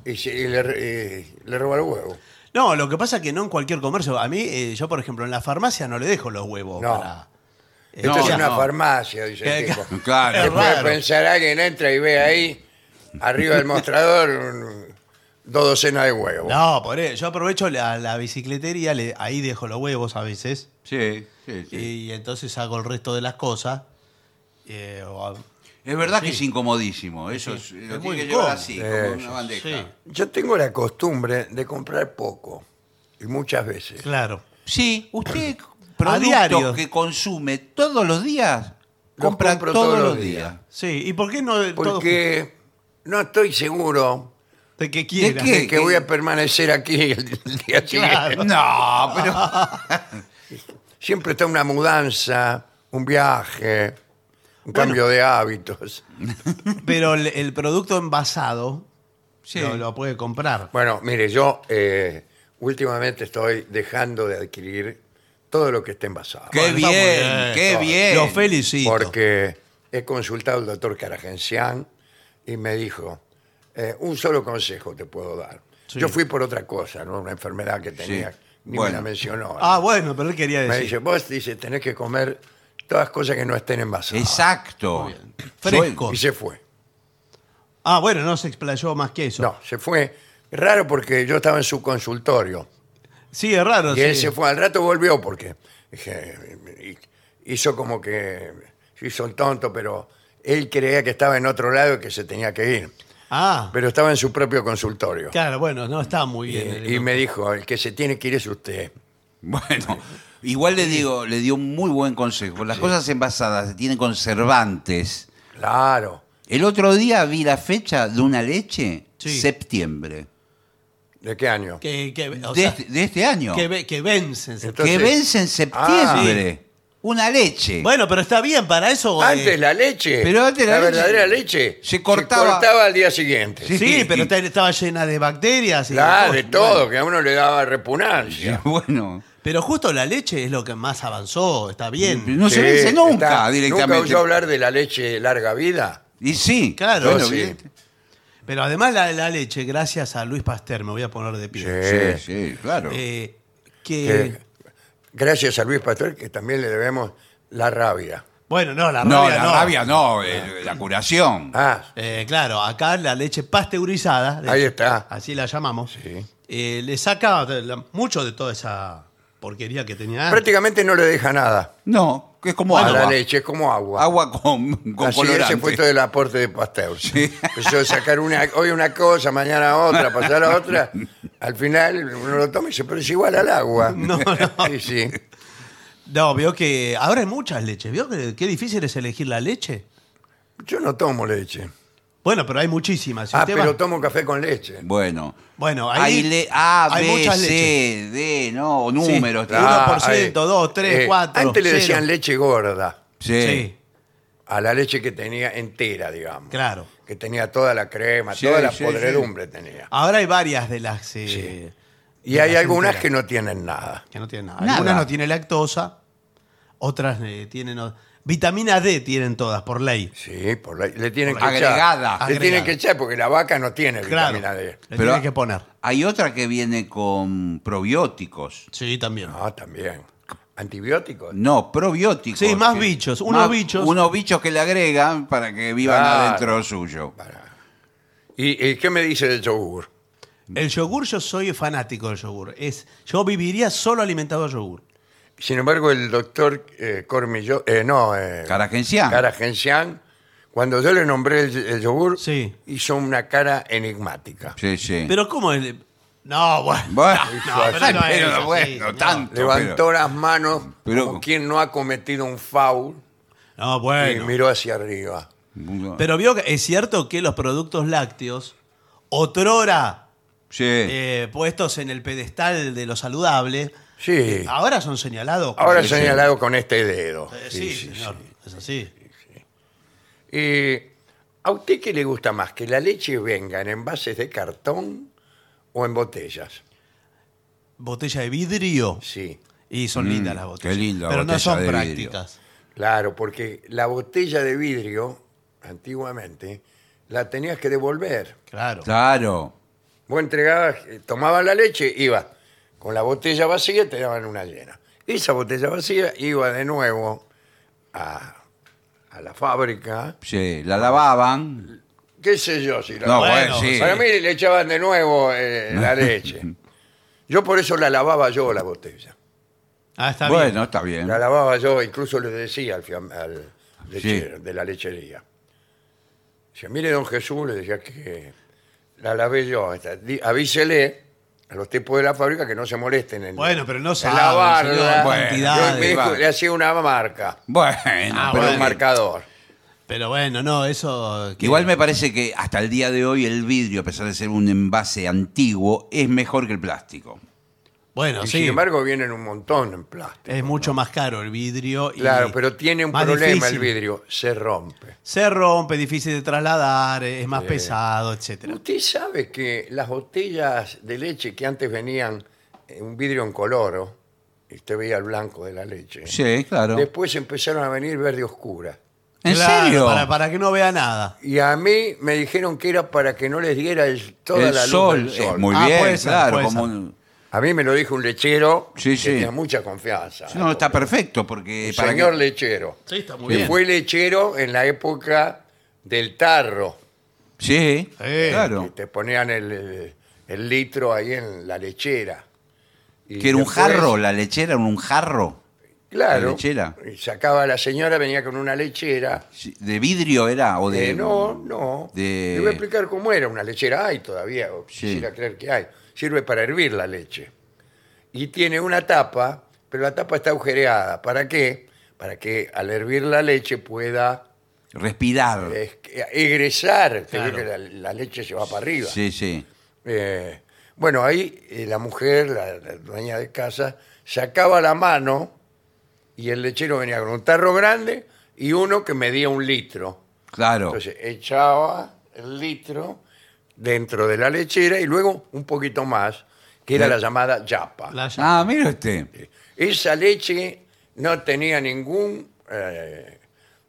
A: y, se- y le, eh, le roba el huevo.
B: No, lo que pasa es que no en cualquier comercio. A mí, eh, yo por ejemplo, en la farmacia no le dejo los huevos
A: No.
B: para. eh,
A: Esto
C: No,
A: es una
C: no.
A: farmacia, dice el
B: Eh,
A: tipo.
B: <laughs>
C: Claro.
A: ¿Qué
B: Es
A: puede
B: raro.
A: pensar alguien entra y ve ahí, arriba del mostrador, un- dos docenas de huevos?
B: No, por eso. Yo aprovecho la, la bicicletería, le- ahí dejo los huevos a veces.
C: Sí, sí, sí.
B: Y entonces hago el resto de las cosas. eh, o a-
C: Es verdad que
B: Sí.
C: es incomodísimo. Eso es, lo
B: Es muy
C: tiene que llevar
B: incómodo.
C: así,
A: Eh,
C: como una bandeja.
B: sí,
A: Yo tengo la costumbre de comprar poco y muchas veces.
B: claro.
C: Sí, usted
B: A diario.
C: productos que consume todos los días,
A: Los
C: compra
A: compro
C: todos,
A: todos los
C: los
A: días.
C: días.
B: Sí, ¿y por qué no de todo-
A: Porque no estoy seguro
B: de que quiera?
C: qué?
A: de que voy a permanecer aquí el día siguiente.
B: Claro.
C: <laughs> No, pero
A: Siempre está una mudanza, un viaje, un cambio de hábitos.
B: <laughs> Pero el, el producto envasado
C: Sí.
B: lo, lo puede comprar.
A: Bueno, mire, yo eh, últimamente estoy dejando de adquirir todo lo que esté envasado.
C: qué
B: Bueno, está muy
C: bien,
B: bien.
C: qué bien.
B: Lo felicito.
A: Porque he consultado al doctor Caragencián y me dijo, eh, un solo consejo te puedo dar.
B: Sí.
A: Yo fui por otra cosa, ¿no? una enfermedad que tenía,
C: Sí.
A: ni me
C: Bueno.
A: la mencionó.
B: Ah, bueno, pero él quería
A: me
B: decir.
A: dice, vos dice, tenés que comer todas cosas que no estén envasadas.
C: Exacto.
B: Fresco.
A: Y se fue.
B: Ah, bueno, no se explayó más que eso.
A: No, se fue. Raro porque yo estaba en su consultorio.
B: Sí, es
C: Ah,
B: raro.
A: Y él
B: sí.
A: se fue, al rato volvió porque dije, hizo como que se hizo el tonto, pero él creía que estaba en otro lado y que se tenía que ir.
B: Ah,
A: Pero estaba en su propio consultorio.
B: claro, bueno, no está muy bien.
A: Y, y me dijo, el que se tiene que ir es usted.
C: <laughs> Bueno, Igual le digo, le dio un muy buen consejo. Las cosas envasadas tienen conservantes.
A: Claro.
C: El otro día vi la fecha de una leche,
B: Sí.
C: septiembre,
A: ¿De qué año?
B: Que, que- o
C: de,
B: sea,
C: este, de este año,
B: que,
C: que,
B: ve- que vencen. se-
A: Entonces-
C: vence en septiembre. Una leche. <laughs>
B: Bueno, pero está bien para eso. eh,
A: Antes la leche.
C: Pero antes la leche-
A: verdadera leche.
C: se cortaba-
A: al día siguiente.
C: Sí.
B: Sí, pero está- estaba llena de bacterias. Y de
A: Claro, de
B: cosas.
A: todo, que a uno le daba repugnancia.
C: Bueno,
B: Pero justo la leche es lo que más avanzó, está bien.
C: no se
A: Sí,
C: vence nunca
A: está.
C: directamente.
A: Nunca oyó hablar de la leche de larga vida.
C: Y sí,
B: Claro,
C: bueno,
A: sí.
C: bien.
B: Pero además la, la leche, gracias a Luis Pasteur, me voy a poner de pie.
A: Eh,
C: Sí, sí, claro.
B: eh,
A: que-
B: que,
A: gracias a Luis Pastor, que también le debemos la rabia.
B: bueno, no, la
C: no,
B: rabia
C: la
B: no. Ah.
C: rabia no, eh, la curación.
A: Ah,
B: Eh, claro, acá la leche pasteurizada, de
A: Ahí
B: hecho,
A: está.
B: así la llamamos,
A: Sí.
B: eh, le saca de la- mucho de toda esa porquería que tenía antes.
A: prácticamente no le deja nada
C: No, que es como
A: a la
C: agua.
A: leche, es como agua.
C: Agua con, con
A: Así ese fue todo
C: colorante.
A: el aporte de Pasteur. Empezó a sacar una, hoy una cosa, mañana otra, pasar a otra. Al final uno lo toma y dice, pero es igual al agua.
B: <laughs> No, no.
A: <laughs> Sí, sí.
B: No, veo que ahora hay muchas leches. ¿Vio que qué difícil es elegir la leche?
A: Yo no tomo leche.
B: Bueno, pero hay muchísimas. Si
A: Ah,
B: usted va-
A: pero tomo café con leche.
C: Bueno.
B: Bueno, ahí
C: Hay le- A,
B: hay
C: B,
B: muchas
C: C, D, no, números.
B: Sí,
C: tiene.
B: claro.
A: Ah,
B: 1%,
A: ahí. Eh,
B: 2, 3, 4,
A: Antes le
B: cero.
A: decían leche gorda
C: Sí.
B: Sí,
A: a la leche que tenía entera, digamos.
B: claro.
A: Que tenía toda la crema,
C: Sí,
A: toda la
C: sí,
A: podredumbre tenía.
B: Ahora hay varias de las eh,
A: Y
B: de
C: Ah,
A: hay
B: las
A: algunas
B: enteras
A: que no tienen nada.
B: que no tienen nada.
C: Nada.
B: Algunas no tienen lactosa, otras eh, tienen... o- Vitamina D tienen todas, por ley.
A: Sí, por la- le tienen que
C: Agregada.
A: echar. Le tienen
B: Agregada.
A: que echar porque la vaca no tiene
B: Claro,
A: vitamina D.
B: le
C: Pero-
B: tienen que poner.
C: Hay otra que viene con probióticos.
B: Sí, también.
A: No, Ah, también. ¿Antibióticos?
C: No, probióticos.
B: Sí, más
C: que-
B: bichos, unos bichos.
C: Unos bichos que le agregan para que vivan
A: Claro.
C: adentro suyo.
A: ¿Y, y qué me dice del yogur?
B: El yogur, yo soy fanático del yogur. Es, yo viviría solo alimentado de yogur.
A: Sin embargo, el doctor eh, Cormilló, eh, no, eh,
C: Caragencián.
A: Caragencián, cuando yo le nombré el, el yogur,
B: Sí.
A: hizo una cara enigmática.
C: Sí, sí.
B: Pero ¿cómo es? No, bueno.
C: bueno,
B: No, pero no es
C: pero
B: así,
C: bueno,
B: no.
C: tanto.
A: Levantó
C: pero-
A: las manos
C: pero-
A: como quien no ha cometido un foul
B: No,
A: y
B: bueno.
A: miró hacia arriba.
B: Pero vio que es cierto que los productos lácteos, otrora
C: sí.
B: eh, puestos en el pedestal de lo saludable,
A: Sí.
B: ahora son señalados. como-
A: Ahora
B: Eh,
A: señalado con este dedo.
B: sí, señor. Es así.
A: Eh, ¿A usted qué le gusta más? ¿Que la leche venga en envases de cartón o en botellas?
B: Botella de vidrio.
A: Sí,
B: Y son lindas las botellas.
C: Mm, qué linda
B: Pero no
C: botella
B: son
C: de vidrio.
B: prácticas.
A: claro, porque la botella de vidrio, antiguamente, la tenías que devolver.
B: Claro.
C: Claro.
A: Vos entregabas, eh, tomabas la leche, iba con la botella vacía y te daban una llena. Esa botella vacía iba de nuevo a, a la fábrica,
C: Sí, la lavaban.
A: qué sé yo. Si la-
C: No,
B: bueno,
C: bueno, sí.
A: Para mí le echaban de nuevo eh,
C: <laughs>
A: la leche. Yo por eso la lavaba yo la botella.
B: Ah, está
C: bueno,
B: bien.
C: está bien.
A: La lavaba yo, incluso le decía al, fiam- al lechero
C: Sí.
A: de la lechería. Dice, mire, don Jesús, le decía que la lavé yo. Esta- di- Avísele a los tipos de la fábrica que no se molesten en,
B: Bueno, pero no
A: en
B: saben,
A: lavarla.
B: señor,
A: Bueno,
B: cantidades.
A: yo me dijo- le hacía una marca,
C: Bueno,
B: Ah,
A: con
C: pero
A: un
B: bueno.
A: marcador.
B: Pero bueno, no, eso. que-
C: Igual me parece que hasta el día de hoy el vidrio, a pesar de ser un envase antiguo, es mejor que el plástico.
B: Bueno,
A: Y
B: sí.
A: Sin embargo, vienen un montón en plástico.
B: es mucho más caro el vidrio. y
A: Claro, pero tiene un
B: más
A: problema el
B: difícil.
A: vidrio, se rompe.
B: Se rompe, difícil de trasladar, es más pesado, etcétera.
A: Usted sabe que las botellas de leche que antes venían en un vidrio en coloro, y usted veía el blanco de la leche.
C: Sí, claro.
A: Después empezaron a venir verde oscura.
C: ¿En
B: Claro,
C: serio?
B: Para, para que no vea nada.
A: Y a mí me dijeron que era para que no les diera el- toda
C: el
A: la luz
C: sol,
A: del sol.
C: eh, muy
B: Ah,
C: bien,
B: puede ser,
C: claro.
B: puede
C: como
B: ser.
C: un-
A: A mí me lo dijo un lechero
C: Sí,
A: que
C: sí.
A: tenía mucha confianza.
C: no, está perfecto porque
A: El
C: para
A: señor
C: que-
A: lechero.
B: Sí, está muy
A: Que fue lechero en la época del tarro.
C: sí,
B: Sí.
A: que
C: claro,
A: te ponían el, el- el litro ahí en la lechera. Y
C: que era un
A: después-
C: jarro, la lechera era un jarro
A: Claro.
C: La lechera.
A: Y sacaba a la señora, venía con una lechera.
C: Sí, de vidrio era o de
A: Eh, no, no.
C: de-
A: Le voy a explicar cómo era una lechera. Hay todavía, o
C: Sí.
A: quisiera creer que hay. Sirve para hervir la leche. Y tiene una tapa, pero la tapa está agujereada. ¿Para qué? Para que al hervir la leche pueda
C: Respirar.
A: eh, egresar. Usted ve
B: Claro.
A: que la, la leche se va para arriba.
C: Sí, sí.
A: Eh, bueno, ahí eh, la mujer, la, la dueña de casa, sacaba la mano y el lechero venía con un tarro grande y uno que medía un litro.
C: Claro.
A: Entonces echaba el litro dentro de la lechera y luego un poquito más, que era la llamada yapa.
B: La llama.
C: Ah, mire usted.
A: Esa leche no tenía ningún, eh,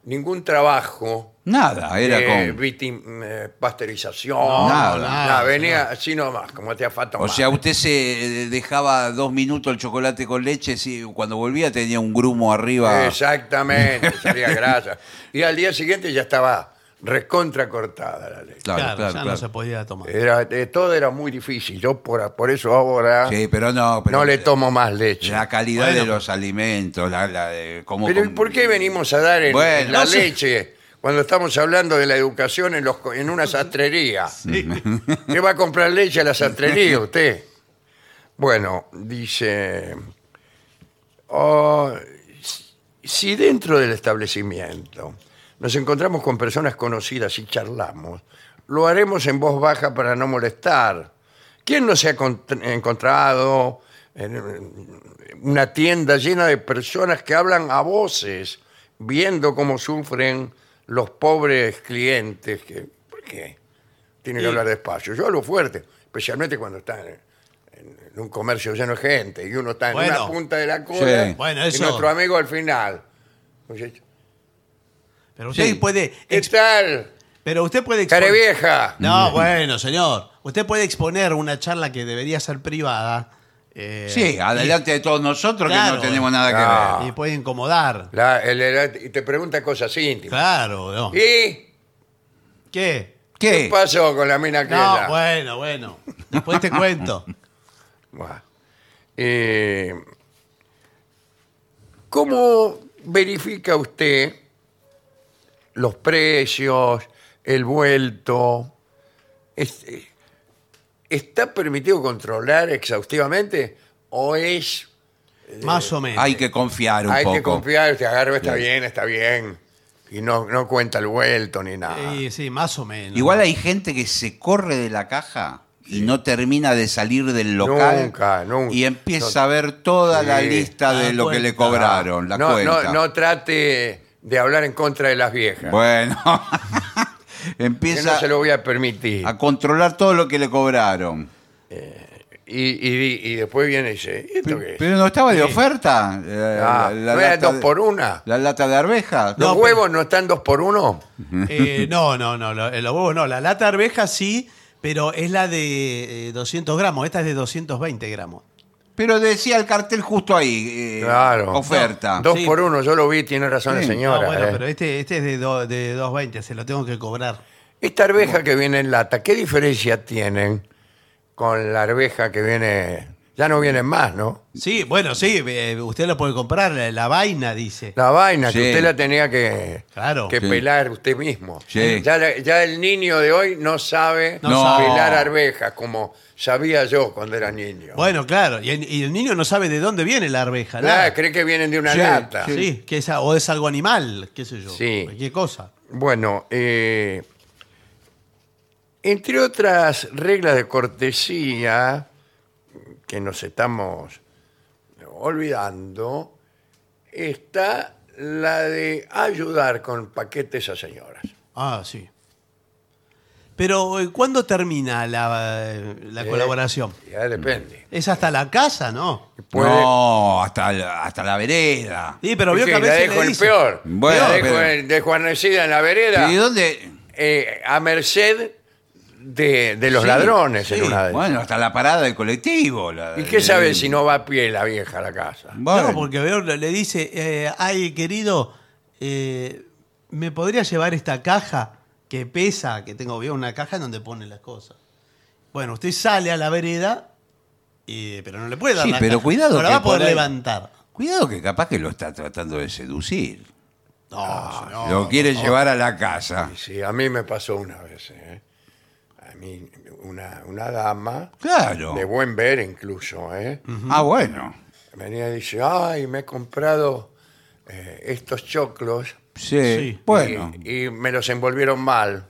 A: ningún trabajo
C: Nada, era
A: eh,
C: con.
A: vitim- eh, pasteurización,
B: No,
A: nada,
C: nada,
B: nada,
A: venía así nomás, como te afató.
C: O sea, usted se eh, dejaba dos minutos el chocolate con leche y cuando volvía tenía un grumo arriba. <laughs>
A: Exactamente, salía grasa. Y al día siguiente ya estaba recontra cortada la leche.
C: Claro,
B: Claro,
C: claro,
B: ya no
C: claro.
B: se podía tomar.
A: Era, eh, todo era muy difícil. Yo por, por eso ahora
C: Sí, pero no. Pero
A: no le tomo más leche.
C: La calidad
B: Bueno,
C: de los alimentos, la, la de cómo.
A: Pero ¿y
C: com-
A: ¿por qué venimos a dar en,
C: Bueno,
A: en la
C: no sé.
A: leche cuando estamos hablando de la educación en, los, co- en una sastrería?
C: <laughs>
A: ¿Qué va a comprar leche a la sastrería usted? Bueno, dice... "Oh, si dentro del establecimiento nos encontramos con personas conocidas y charlamos, lo haremos en voz baja para no molestar. ¿Quién no se ha cont- encontrado en eh, una tienda llena de personas que hablan a voces, viendo cómo sufren los pobres clientes? Que, ¿Por qué? Tiene que hablar despacio. Yo hablo fuerte, especialmente cuando están en, en un comercio lleno de gente y uno está en
B: Bueno.
A: una punta de la cola
C: Sí.
B: Bueno,
A: y
B: eso-
A: nuestro amigo al final. Dice,
B: Pero usted
C: Sí.
B: puede.
A: ¿Qué
B: Eh, ex-
A: tal?
B: Pero usted puede. expo-
A: Care vieja.
B: No, bueno, señor. Usted puede exponer una charla que debería ser privada. eh,
C: Sí, adelante de todos nosotros
B: Claro.
C: que no tenemos nada que
A: Ah.
B: Y, y puede incomodar.
A: La- el- el- y te pregunta cosas íntimas.
B: Claro, no.
A: ¿Y
B: ¿Qué?
A: qué
C: ver. ¿Qué?
A: pasó con la mina aquella?
B: No, bueno, bueno. Después te
C: <laughs>
B: cuento.
A: Buah. Eh, ¿Cómo verifica usted los precios, el vuelto? Es- eh, ¿Está permitido controlar exhaustivamente o es
B: Más o menos.
C: Hay que confiar un
A: Hay
C: poco.
A: que confiar, te agarro, está bien, está bien. Y no, no cuenta el vuelto ni nada.
B: Sí, sí, más o menos.
C: Igual hay gente que se corre de la caja y no termina de salir del local.
A: Nunca, nunca.
C: Y empieza a ver toda la
A: Sí.
C: lista
B: La
C: de lo que le
B: cuenta.
C: cobraron, la
A: no,
C: cuenta.
A: no, no trate de hablar en contra de las viejas.
C: Bueno, <laughs>
A: que no
C: empieza
A: se lo voy a permitir.
C: a controlar todo lo que le cobraron.
A: Y, y- y después viene y dice, ¿y ¿esto qué es?
C: Pero no estaba de oferta. eh,
A: Ah, ¿no era dos
C: de-
A: por una?
C: La lata de arveja.
A: ¿Los huevos no están dos por uno?
B: Eh, no, no, no, lo- eh, los huevos no. La lata de arveja sí, pero es la de eh, 200 gramos. Esta es de 220 gramos.
C: Pero decía el cartel justo ahí. eh,
A: Claro.
C: Oferta.
A: Dos
B: Sí.
A: por uno, yo lo vi, tiene razón la
C: Sí.
A: señora.
B: no, bueno,
A: eh.
B: pero este, este es de, do- de 220, se lo tengo que cobrar.
A: Esta arveja que viene en lata, ¿qué diferencia tienen con la arveja que viene... Ya no vienen más, ¿no?
B: Sí, bueno, sí, eh, usted lo puede comprar, la, la vaina dice.
A: La vaina que
C: Sí.
A: usted la tenía que,
B: Claro.
A: que
C: Sí.
A: pelar usted mismo.
C: Sí.
A: Ya, la- ya el niño de hoy no sabe
B: No sabe.
A: pelar arvejas como sabía yo cuando era niño.
B: Bueno, claro, y el, y el niño no sabe de dónde viene la arveja.
A: Ah,
B: nada.
A: cree que vienen de una
C: Sí,
A: lata.
B: sí. que es, a- o es algo animal, qué sé yo,
A: Sí.
B: cualquier cosa.
A: Bueno, eh, entre otras reglas de cortesía que nos estamos olvidando, está la de ayudar con paquetes a señoras.
B: Ah, sí. Pero, eh, ¿cuándo termina la, eh, la
A: Eh,
B: colaboración?
A: Ya depende.
B: Es hasta la casa, ¿no?
A: Puede-
C: No, hasta, la- hasta la vereda.
B: Sí, pero
A: Sí,
B: vio que a
A: la
B: veces
A: dejo
B: le
A: el
B: dice,
A: peor.
C: Bueno,
A: la dejo
C: pero-
A: en- desguarnecida en la vereda,
C: ¿Y dónde?
A: eh, a merced de, de los
C: Sí,
A: ladrones en
C: sí.
A: una de
C: Bueno, hasta la parada del colectivo. la-
A: ¿Y qué sabe si no va a pie la vieja a la casa?
C: Bueno,
B: No, porque veo, le le dice, eh, ay, querido, eh, ¿me podría llevar esta caja que pesa? Que tengo, veo una caja en donde pone las cosas. Bueno, usted sale a la vereda, y- pero no le puede dar
C: Sí,
B: la
C: pero
B: caja.
C: cuidado
B: No la
C: que
B: va a poder
C: por ahí-
B: levantar.
C: Cuidado que capaz que lo está tratando de seducir.
B: No,
C: Ah,
B: señor.
C: lo quiere llevar a la casa.
A: Sí, a mí me pasó una vez. ¿eh? A mí, una, una dama,
C: Claro. Mm.
A: de buen ver incluso, ¿eh?
C: Ah, bueno.
A: venía y dice, ay, me he comprado eh, estos choclos
C: Sí.
B: Sí.
C: Bueno.
A: y, y me los envolvieron mal.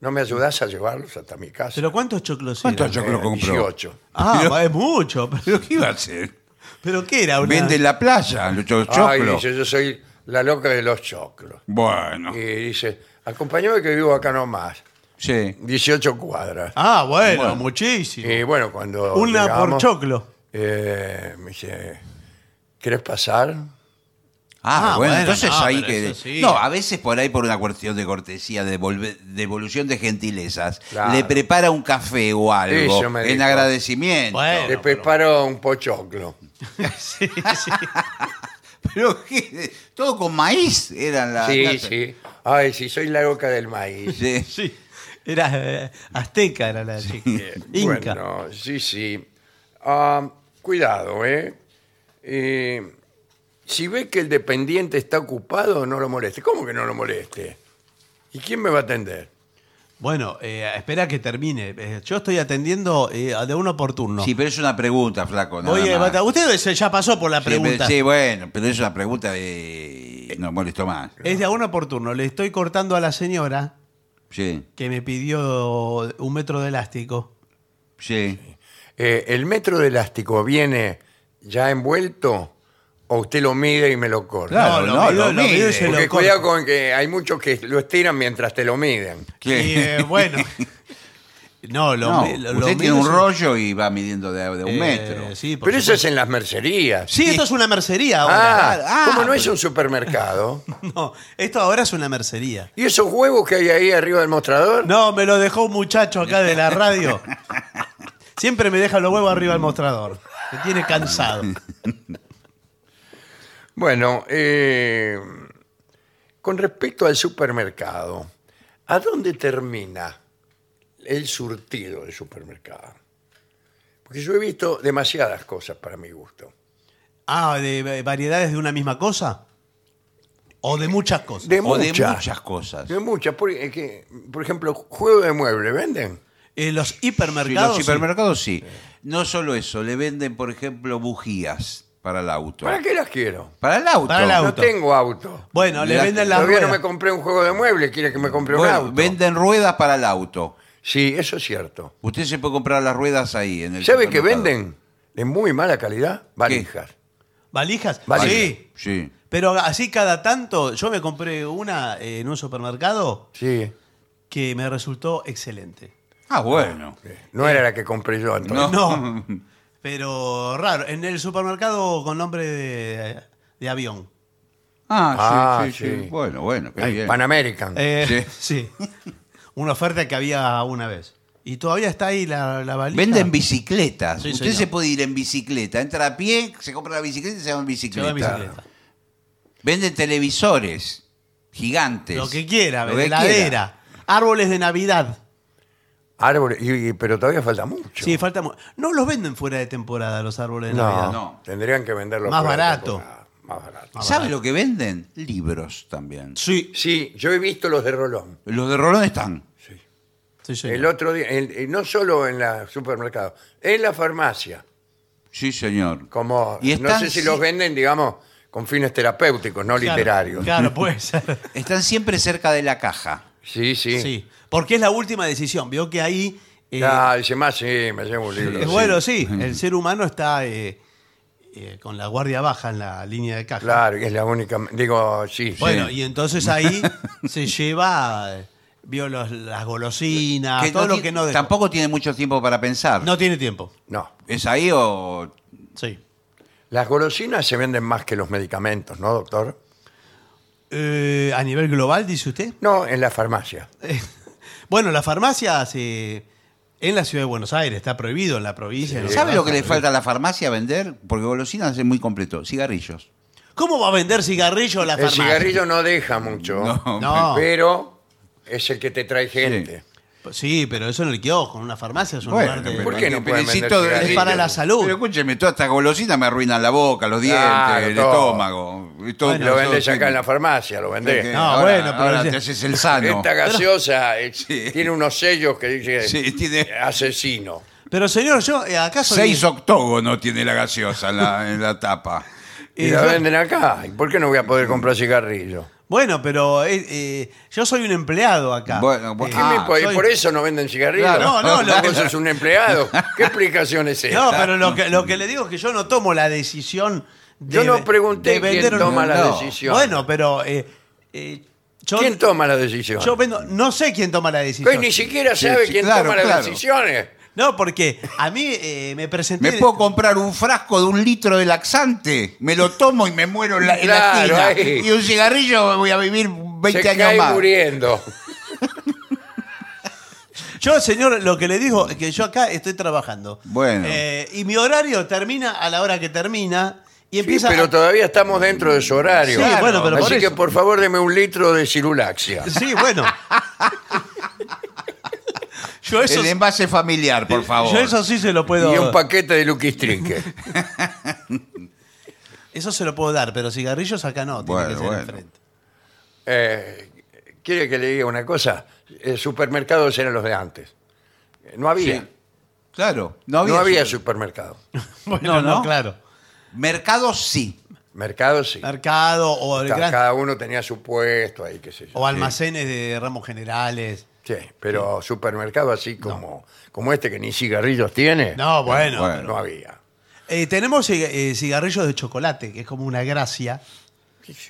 A: ¿No me ayudás a llevarlos hasta mi casa?
B: ¿Pero cuántos choclos
C: ¿Cuántos
B: eran?
C: choclos? Yo lo compro.
A: 18.
C: <laughs>
B: Ah, va, es mucho. <laughs>
C: ¿Pero qué iba a hacer?
B: ¿Pero qué era? Una...
C: Vende la playa, los cho-
A: Ay,
C: choclos.
A: dice, yo soy la loca de los choclos.
C: Bueno.
A: Y dice, acompáñame que vivo acá nomás,
C: Sí.
A: 18 cuadras.
B: Ah, bueno,
C: Bueno.
B: muchísimo.
A: Y bueno, cuando
B: Una por
A: llegamos,
B: choclo.
A: eh, me dice, ¿querés pasar?
C: Ah,
B: Ah,
C: bueno,
B: bueno,
C: entonces
B: no,
C: ahí
B: pero
C: que.
B: eso sí.
C: No, a veces por ahí por una cuestión de cortesía, de volve- devolución de gentilezas.
A: Claro.
C: Le prepara un café o algo
A: Sí, yo me
C: en
A: dijo.
C: agradecimiento.
B: Bueno.
A: Le preparo un pochoclo.
B: Sí, sí.
C: <laughs> Pero ¿qué? todo con maíz eran
B: Ah,
C: las.
A: Sí,
C: las-
A: sí. Ay, sí, soy la loca del
B: <laughs>
A: maíz.
C: Sí.
B: Sí. Era eh, azteca, era la chica. Inca.
A: Bueno, sí, sí. Ah, cuidado, ¿eh? Eh, Si ve que el dependiente está ocupado, no lo moleste. ¿Cómo que no lo moleste? ¿Y quién me va a atender?
B: Bueno, eh, espera que termine. Eh, yo estoy atendiendo eh, de uno por turno. eh,
C: Sí, pero es una pregunta, flaco. nada
B: Oye,
C: más.
B: Bata, usted se- ya pasó por la
C: Sí, pero-
B: pregunta.
C: sí, bueno, pero es una pregunta de. No molesto más.
B: Es de a uno por turno. Le estoy cortando a la señora
C: Sí,
B: que me pidió un metro de elástico.
C: sí.
A: Eh, ¿El metro de elástico viene ya envuelto o usted lo mide y me lo corta?
C: Claro, no,
B: mido-
C: lo
B: mido y
C: mide.
B: se lo
A: Porque
B: corta.
A: cuidado con que hay muchos que lo estiran mientras te lo miden.
C: Sí.
B: Y, eh,
C: <laughs>
B: bueno. No, lo,
C: No,
B: mi- lo- lo
C: usted tiene
B: mido
C: un
B: se-
C: rollo y va midiendo de, de un
B: Eh,
C: metro.
B: Sí, por
A: Pero eso
B: supuesto.
A: es en las mercerías.
B: Sí, esto es una mercería
A: Ah,
B: ahora.
C: ah,
A: como no es un supermercado.
B: <laughs> No, esto ahora es una mercería.
A: ¿Y esos huevos que hay ahí arriba del mostrador?
B: No, me lo dejó un muchacho acá de la radio. Siempre me deja los huevos arriba al mostrador. Me tiene cansado.
A: Bueno, eh, con respecto al supermercado, ¿a dónde termina el surtido del supermercado? Porque yo he visto demasiadas cosas para mi gusto.
B: Ah, ¿de de variedades de una misma cosa? ¿O de muchas cosas?
A: De
C: o de
A: muchas.
C: muchas cosas.
A: De muchas. Por, es que, por ejemplo, juego de mueble, ¿venden?
B: Eh, los
C: Sí,
B: hipermercados.
C: los
B: sí.
C: hipermercados sí. No solo eso, le venden, por ejemplo, bujías para el auto.
A: ¿Para qué las quiero?
C: Para el auto.
B: Para el
A: No
B: Auto.
A: tengo auto.
B: Bueno, le
C: La-
B: venden las
A: Todavía no me
B: ruedas.
A: compré un juego de mueble, quiere que me compre
C: Bueno,
A: un auto.
C: venden ruedas para el auto.
A: Sí, eso es cierto.
C: Usted se puede comprar las ruedas ahí en el
A: ¿Sabe que
C: supermercado.
A: venden de muy mala calidad? Valijas.
B: ¿Valijas?
A: Valijas.
B: ¿Ah, Sí.
C: Sí.
B: Pero así cada tanto, yo me compré una eh, en un supermercado
A: Sí.
B: que me resultó excelente.
C: Ah, bueno.
A: No era la que compré yo entonces.
C: No.
A: <laughs>
B: No. Pero raro, en el supermercado con nombre de, de avión.
C: Ah, sí,
A: Ah,
C: sí, sí.
A: sí.
C: Bueno, bueno, qué
A: Ay,
C: bien.
A: Pan American.
B: Eh, <laughs> sí. Una oferta que había una vez. Y todavía está ahí la, la valija.
C: Venden bicicletas.
B: Sí,
C: Usted
B: señor.
C: se puede ir en bicicleta. Entra a pie, se compra la bicicleta y se va en
B: Se
C: bicicleta.
B: va en bicicleta.
C: Venden televisores gigantes.
B: Lo que quiera,
C: Lo que quiera.
B: heladera, árboles de Navidad.
A: Árboles, y- y- pero todavía falta mucho.
B: Sí, falta. mu- No los venden fuera de temporada los árboles de
A: no,
B: Navidad.
C: No.
A: tendrían que venderlo.
B: Más
A: fuera de
B: barato.
A: temporada, Más barato.
B: Ah,
C: ¿Sabe
B: barato.
C: lo que venden? Libros también.
B: Sí,
A: Sí, yo he visto los de Rolón.
C: Los de Rolón están.
B: sí, señor.
A: El otro día, el- el- no solo en la supermercado, en la farmacia.
C: Sí, señor.
A: Como,
C: Y
A: no
C: están-
A: sé si los venden, digamos, con fines terapéuticos, no
B: Claro,
A: literarios.
B: Claro, puede ser.
C: Están siempre cerca de la caja.
A: <laughs> Sí, sí.
B: Sí. Porque es la última decisión. Vio que ahí. eh,
A: Ah, dice más, sí, me llevo un libro.
B: es
A: sí.
B: bueno, sí. El ser humano está eh, eh, con la guardia baja en la línea de caja.
A: Claro, y es la única. Digo, sí. sí.
B: Bueno, y entonces
C: <laughs>
B: ahí se lleva, eh, vio los- las golosinas,
C: Que
B: Ah, todo
C: no
B: lo
C: ti-
B: que no dejó.
C: Tampoco tiene mucho tiempo para pensar.
B: No tiene tiempo.
A: No.
C: ¿Es ahí o.?
B: Sí.
A: Las golosinas se venden más que los medicamentos, ¿no, doctor?
B: Eh, a nivel global, dice usted. <laughs>
A: No, en la farmacia.
B: Eh, bueno, la farmacia se- en la ciudad de Buenos Aires está prohibido, en la provincia. en los
C: ¿Sabe lo que le
B: demás está
C: falta a la farmacia vender? Porque golosinas es muy completo. Cigarrillos.
B: prohibido. ¿Cómo va a vender cigarrillo la
A: El
B: farmacia?
A: cigarrillo no deja mucho,
C: No.
B: No.
A: pero es el que te trae gente.
B: Sí, pero eso en el kiosco, en una farmacia es un
C: Bueno,
B: lugar de-
A: ¿por qué no
C: Pero
A: pueden vender
C: necesito- es
B: Es
A: cigarrillos?
B: para la salud.
C: Pero escúcheme, todas estas golosinas me arruinan la boca, los dientes,
A: Claro,
C: el
A: todo.
C: estómago. y todo-
B: Bueno,
A: Lo
C: todo
A: vendes
C: tiene-
A: acá en la farmacia, lo
C: que-
A: vendés.
B: No,
C: ahora-
B: bueno, pero-
C: ahora te haces el sano.
A: Esta gaseosa eh,
C: Ah, <laughs> Sí.
A: tiene unos sellos que dice <laughs>
C: <laughs> Sí, tiene-
A: asesino.
B: Pero señor, yo eh, acaso...
C: Seis octógonos tiene la gaseosa en la, en la tapa.
A: Y la venden acá. ¿Y por qué no voy a poder comprar cigarrillo?
B: Bueno, pero eh, eh, yo soy un empleado acá.
C: Bueno, bueno,
A: ¿Qué
C: Ah,
A: me po- y
B: soy-
A: por eso no venden cigarrillo?
B: Claro, no, no, lo-
A: Vos sos un empleado. ¿Qué explicación es esa?
B: No, pero lo que, lo que le digo es que yo no tomo la decisión de
A: Yo no pregunté
B: de vender
A: quién
B: o
A: toma la
B: no.
A: decisión.
B: Bueno, pero eh, eh, yo,
A: ¿Quién toma la decisión?
B: yo vendo, no sé quién toma la
A: Pues
B: decisión.
A: ni siquiera
C: Sí,
A: sabe
C: sí,
A: quién
C: claro,
A: toma las
C: claro.
A: decisiones.
B: No, porque a mí eh, me presenté
C: ¿Me puedo comprar un frasco de un litro de laxante? Me lo tomo y me muero en la, en la
A: Claro,
C: esquina.
A: ahí.
C: Y un cigarrillo voy a vivir 20
A: Se
C: años
A: cae
C: más. <laughs>
A: muriendo.
B: Yo, señor, lo que le digo es que yo acá estoy trabajando.
C: Bueno.
B: Eh, y mi horario termina a la hora que termina y
A: Sí,
B: empieza.
A: pero
B: a-
A: todavía estamos dentro de su horario.
B: Sí, bueno, pero
A: Así
B: por
A: que
B: eso.
A: por favor deme un litro de
B: <laughs>
A: cirulaxia.
B: Sí,
C: <laughs>
B: bueno. yo eso,
C: El envase familiar, por favor.
B: yo eso sí se lo puedo.
A: Y un paquete de Lucky Trinket.
B: Eso se lo puedo dar, pero cigarrillos acá no, tiene
C: Bueno,
B: que ser
C: bueno.
B: enfrente.
A: Eh, ¿Quiere que le diga una cosa? Eh, supermercados eran los de antes. Eh, No había.
C: Sí. Claro. No había,
A: no había supermercado.
B: <laughs> Bueno, no,
C: no.
B: claro.
C: Mercado sí.
A: Mercados sí.
B: Mercado o, el
A: Ca-
B: gran-
A: Cada uno tenía su puesto ahí, qué sé yo.
B: o almacenes de ramos generales.
A: Sí, pero supermercado así como, como este que ni cigarrillos tiene,
B: No, bueno.
C: Bueno.
A: no había.
B: Eh, tenemos eh, eh, cigarrillos de chocolate, que es como una gracia.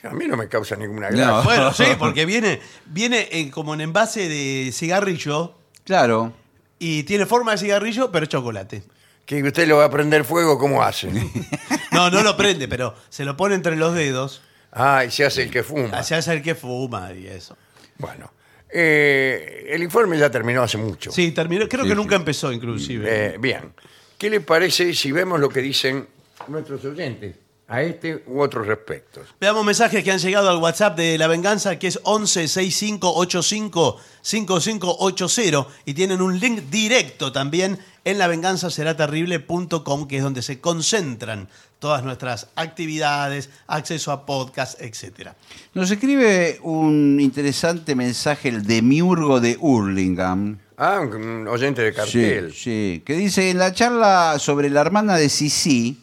A: A mí no me causa ninguna
C: No.
A: gracia.
B: Bueno,
C: <laughs>
B: sí, porque viene, viene en- como en envase de cigarrillo
C: Claro.
B: y tiene forma de cigarrillo, pero es chocolate.
A: Que usted lo va a prender fuego, ¿cómo hace?
B: No, no lo prende, pero se lo pone entre los dedos.
A: Ah, y se hace el que fuma.
B: Hacia el que fuma y eso.
A: Bueno, eh, el informe ya terminó hace mucho.
B: Sí, terminó. Creo que
C: Sí,
B: nunca empezó, inclusive.
A: Eh, bien, ¿qué le parece si vemos lo que dicen nuestros oyentes a este u otros respectos?
B: Veamos mensajes que han llegado al WhatsApp de La Venganza, que es 1165855580 y tienen un link directo también en lavenganzaseraterrible.com, que es donde se concentran todas nuestras actividades, acceso a podcast, etcétera.
C: Nos escribe un interesante mensaje el de Miurgo de Hurlingham.
A: Ah, un oyente de
C: Sí,
A: cartel.
C: sí. Que dice, en la charla sobre la hermana de Sisi,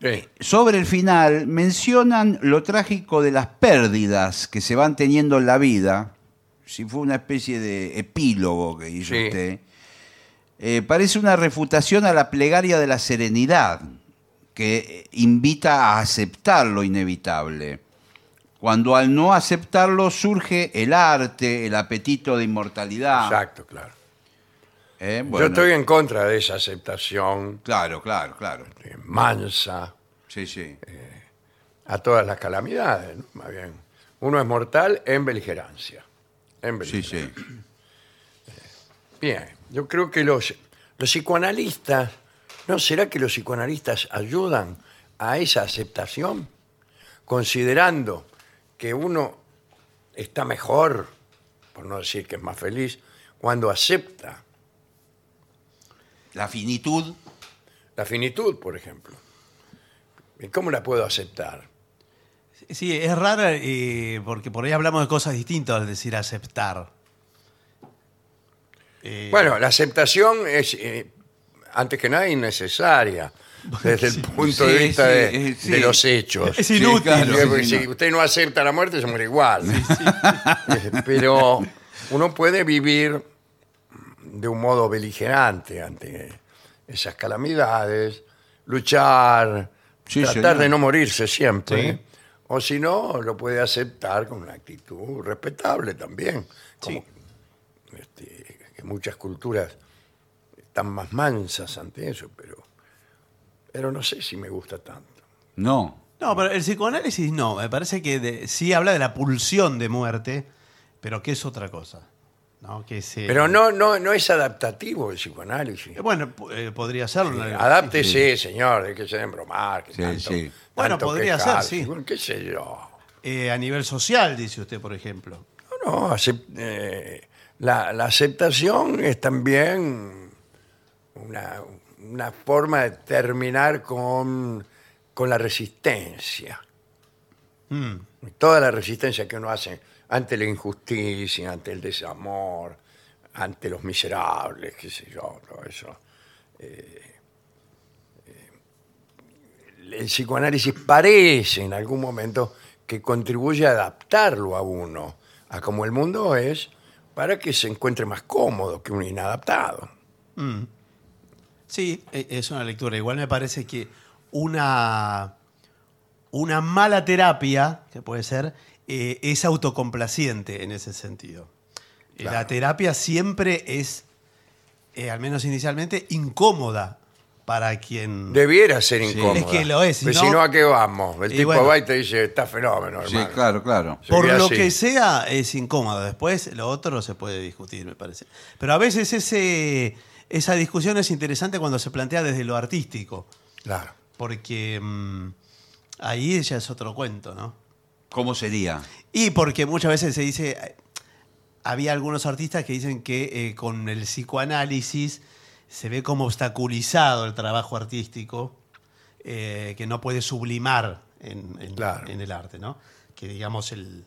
A: Sí.
C: sobre el final, mencionan lo trágico de las pérdidas que se van teniendo en la vida. Si fue una especie de epílogo que hizo
A: Sí.
C: usted. Eh, parece una refutación a la plegaria de la serenidad, que eh, invita a aceptar lo inevitable. Cuando al no aceptarlo surge el arte, el apetito de inmortalidad.
A: Exacto, claro.
C: Eh, Ah. bueno.
A: Yo estoy en contra de esa aceptación
C: Claro, claro, claro.
A: eh, mansa
C: Sí, sí.
A: a todas las calamidades, ¿no? Más bien, uno es mortal en beligerancia. En
C: Sí,
A: beligerancia.
C: sí.
A: Bien, yo creo que los, los psicoanalistas, ¿no será que los psicoanalistas ayudan a esa aceptación? Considerando que uno está mejor, por no decir que es más feliz, cuando acepta
C: La finitud.
A: la finitud, por ejemplo. ¿Y cómo la puedo aceptar?
B: Sí, es rara eh, porque por ahí hablamos de cosas distintas al decir aceptar. Eh,
A: Bueno, la aceptación es, eh, antes que nada, innecesaria desde el punto de
C: sí,
A: vista
C: sí,
A: de,
C: eh, sí.
A: de los hechos.
B: Es inútil.
C: claro,
A: Porque
C: sí,
A: si
C: no.
A: usted no acepta la muerte, se muere igual. <laughs> Eh, Pero uno puede vivir de un modo beligerante ante esas calamidades, luchar,
C: Sí,
A: tratar
C: señor.
A: de no morirse siempre.
B: Sí.
A: O si no, lo puede aceptar con una actitud respetable también. Como este, que muchas culturas están más mansas ante eso, pero, pero no sé si me gusta tanto.
C: No.
B: No, pero el psicoanálisis no. Me parece que de- sí habla de la pulsión de muerte, pero que es otra cosa. ¿no? Que se-
A: Pero no, no, no es adaptativo el psicoanálisis.
B: Eh, Bueno, po- eh, podría serlo.
A: Eh, Adáptese, señor, hay que ser embromar. que
C: Sí,
A: tanto-
C: sí.
A: tanto
B: Bueno, podría ser,
A: quejarse.
B: sí.
A: Bueno, ¿Qué sé yo?
B: Eh, a nivel social, dice usted, por ejemplo.
A: No, no, acep- eh, la, la aceptación es también una, una forma de terminar con, con la resistencia.
B: Mm.
A: Toda la resistencia que uno hace ante la injusticia, ante el desamor, ante los miserables, qué sé yo, todo eso. eh, eh, el psicoanálisis parece en algún momento que contribuye a adaptarlo a uno, a como el mundo es, para que se encuentre más cómodo que un inadaptado.
B: Sí, e- es una lectura. Igual me parece que una, una mala terapia, que puede ser, eh, es autocomplaciente en ese sentido. Eh, La
A: Claro.
B: terapia siempre es, eh, al menos inicialmente, incómoda para
C: Mm.
B: quien...
A: Debiera ser incómodo.
B: Es que lo es, si
A: Pero
B: no-
A: si no, ¿a qué vamos? El
B: Y
A: tipo
B: bueno.
A: va y te dice, está fenómeno,
C: Sí,
A: hermano.
C: claro, claro.
A: Sí.
B: Por
A: Sería
B: lo
A: así.
B: que sea, es incómodo. Después, lo otro se puede discutir, me parece. Pero a veces ese, esa discusión es interesante cuando se plantea desde lo artístico.
A: Claro.
B: Porque mm, ahí ya es otro cuento, ¿no?
C: ¿Cómo sería?
B: Y porque muchas veces se dice, eh, había algunos artistas que dicen que eh, con el psicoanálisis se ve como obstaculizado el trabajo artístico, eh, que no puede sublimar en, en-
A: Claro.
B: en el arte, ¿no? Que digamos el...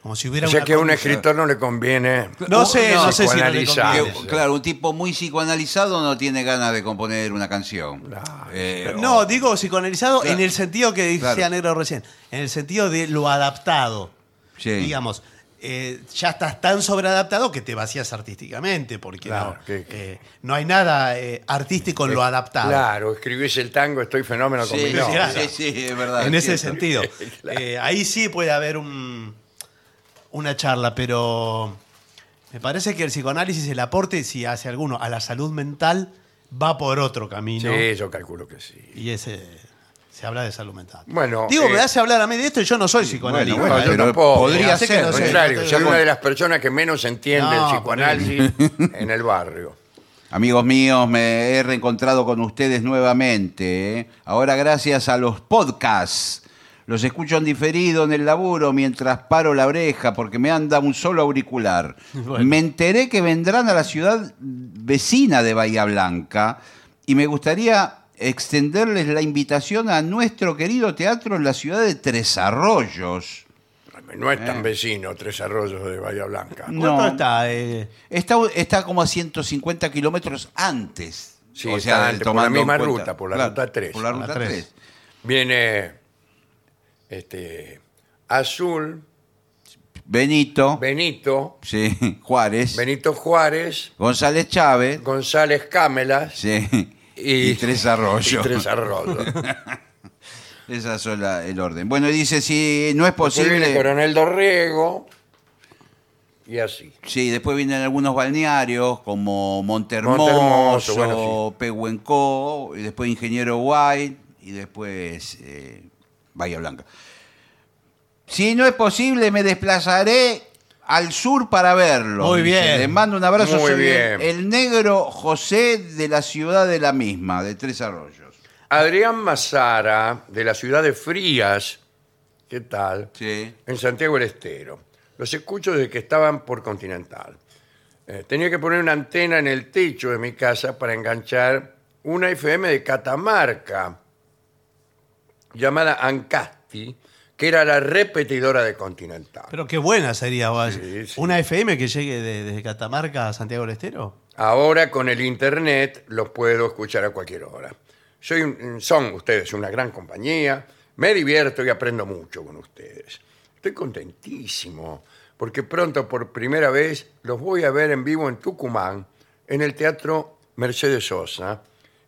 B: Como si hubiera
A: O sea
B: una
A: que a un
B: condición-
A: escritor no le conviene.
B: No sé,
C: No,
B: no, sé si no le
A: psicoanalizar.
B: conviene.
A: Ah,
C: Que,
A: sí.
C: claro, un tipo muy psicoanalizado no tiene ganas de componer una canción.
A: Claro,
C: Eh,
B: No, digo psicoanalizado
C: Claro.
B: en el sentido que decía
C: Claro.
B: Negro recién, en el sentido de lo adaptado.
C: Sí.
B: Digamos, eh, ya estás tan sobreadaptado que te vacías artísticamente, porque
A: Claro,
B: no,
A: que-
B: eh, no hay nada eh, artístico en lo adaptado.
A: Claro, escribís el tango, estoy fenómeno con mi
C: Sí,
A: novia.
C: sí, sí, es verdad.
B: en
C: es
B: ese
C: cierto.
A: <laughs>
B: sentido. Eh, ahí sí puede haber un- una charla, pero me parece que el psicoanálisis, el aporte, si hace alguno, a la salud mental, va por otro camino.
A: Sí, yo calculo que sí.
B: Y ese se habla de salud mental.
A: Bueno,
B: Digo,
A: eh,
B: me hace hablar a mí de esto y yo no soy psicoanalista. ¿eh?
C: Bueno,
A: no, yo
C: pero
A: tampoco.
C: podría
A: Sé que
C: ser,
A: no
C: no
A: sé.
C: sé.
A: Contrario, soy
B: Bueno.
A: una de las personas que menos entiende
B: No,
A: el psicoanálisis <laughs> en el barrio.
C: Amigos míos, me he reencontrado con ustedes nuevamente. ¿eh? Ahora gracias a los podcasts. Los escucho en diferido en el laburo mientras paro la oreja porque me anda un solo auricular.
B: Bueno.
C: Me enteré que vendrán a la ciudad vecina de Bahía Blanca y me gustaría extenderles la invitación a nuestro querido teatro en la ciudad de Tres Arroyos.
A: No es
C: Eh.
A: tan vecino Tres Arroyos de Bahía Blanca.
B: ¿Cuánto
C: No.
B: está? Eh,
C: Está, está como a 150 kilómetros antes.
A: Sí, está antes, por la
C: tomando en
A: misma
C: cuenta-
A: ruta, por la ruta tres.
C: Por la
B: Por la
C: ruta
B: tres.
C: 3.
A: Viene este, Azul,
C: Benito,
A: Benito,
C: sí, <laughs> Juárez,
A: Benito Juárez,
C: González Chávez,
A: González Cámelas
C: sí, <laughs> y, Tres Arroyos.
A: y Tres Arroyos.
C: Esas son la- el orden. Bueno, y dice, si no es
A: Después viene
C: posible...
A: Coronel Dorrego y así.
C: Sí, después vienen algunos balnearios como
A: Montehermoso,
C: Montermoso,
A: bueno,
C: Pehuenco, y después Ingeniero White y después eh, Bahía Blanca. Si no es posible, me desplazaré al sur para verlo.
B: Muy
C: Dice,
B: bien.
C: Les mando un abrazo.
A: Muy
C: Soy el-
A: bien.
C: El negro José de la ciudad de la misma, de Tres Arroyos.
A: Adrián Mazara, de la ciudad de Frías, ¿qué tal?
C: Sí.
A: En Santiago del Estero. Los escucho desde que estaban por Continental. Eh, tenía que poner una antena en el techo de mi casa para enganchar una FM de Catamarca, llamada Ancasti, que era la repetidora de Continental.
B: pero qué buena sería vaya.
A: Sí, sí.
B: una FM que llegue de- desde Catamarca a Santiago del Estero.
A: Ahora con el internet los puedo escuchar a cualquier hora. Soy un- son ustedes una gran compañía, me divierto y aprendo mucho con ustedes. Estoy contentísimo porque pronto por primera vez los voy a ver en vivo en Tucumán, en el Teatro Mercedes Sosa,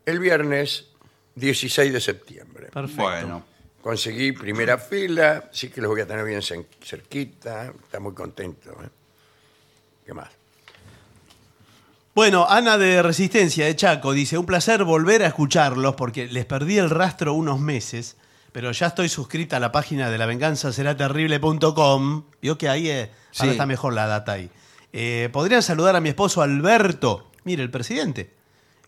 A: el viernes 16 de septiembre.
B: Perfecto.
C: Bueno,
A: Conseguí primera fila, sí que los voy a tener bien cen- cerquita, está muy contento. ¿eh? ¿Qué más?
B: Bueno, Ana de Resistencia de Chaco dice, un placer volver a escucharlos porque les perdí el rastro unos meses, pero ya estoy suscrita a la página de lavenganzaseraterrible.com. Vio que ahí eh,
C: Sí.
B: ahora está mejor la data ahí. Eh, Podrían saludar a mi esposo Alberto, mire, el presidente,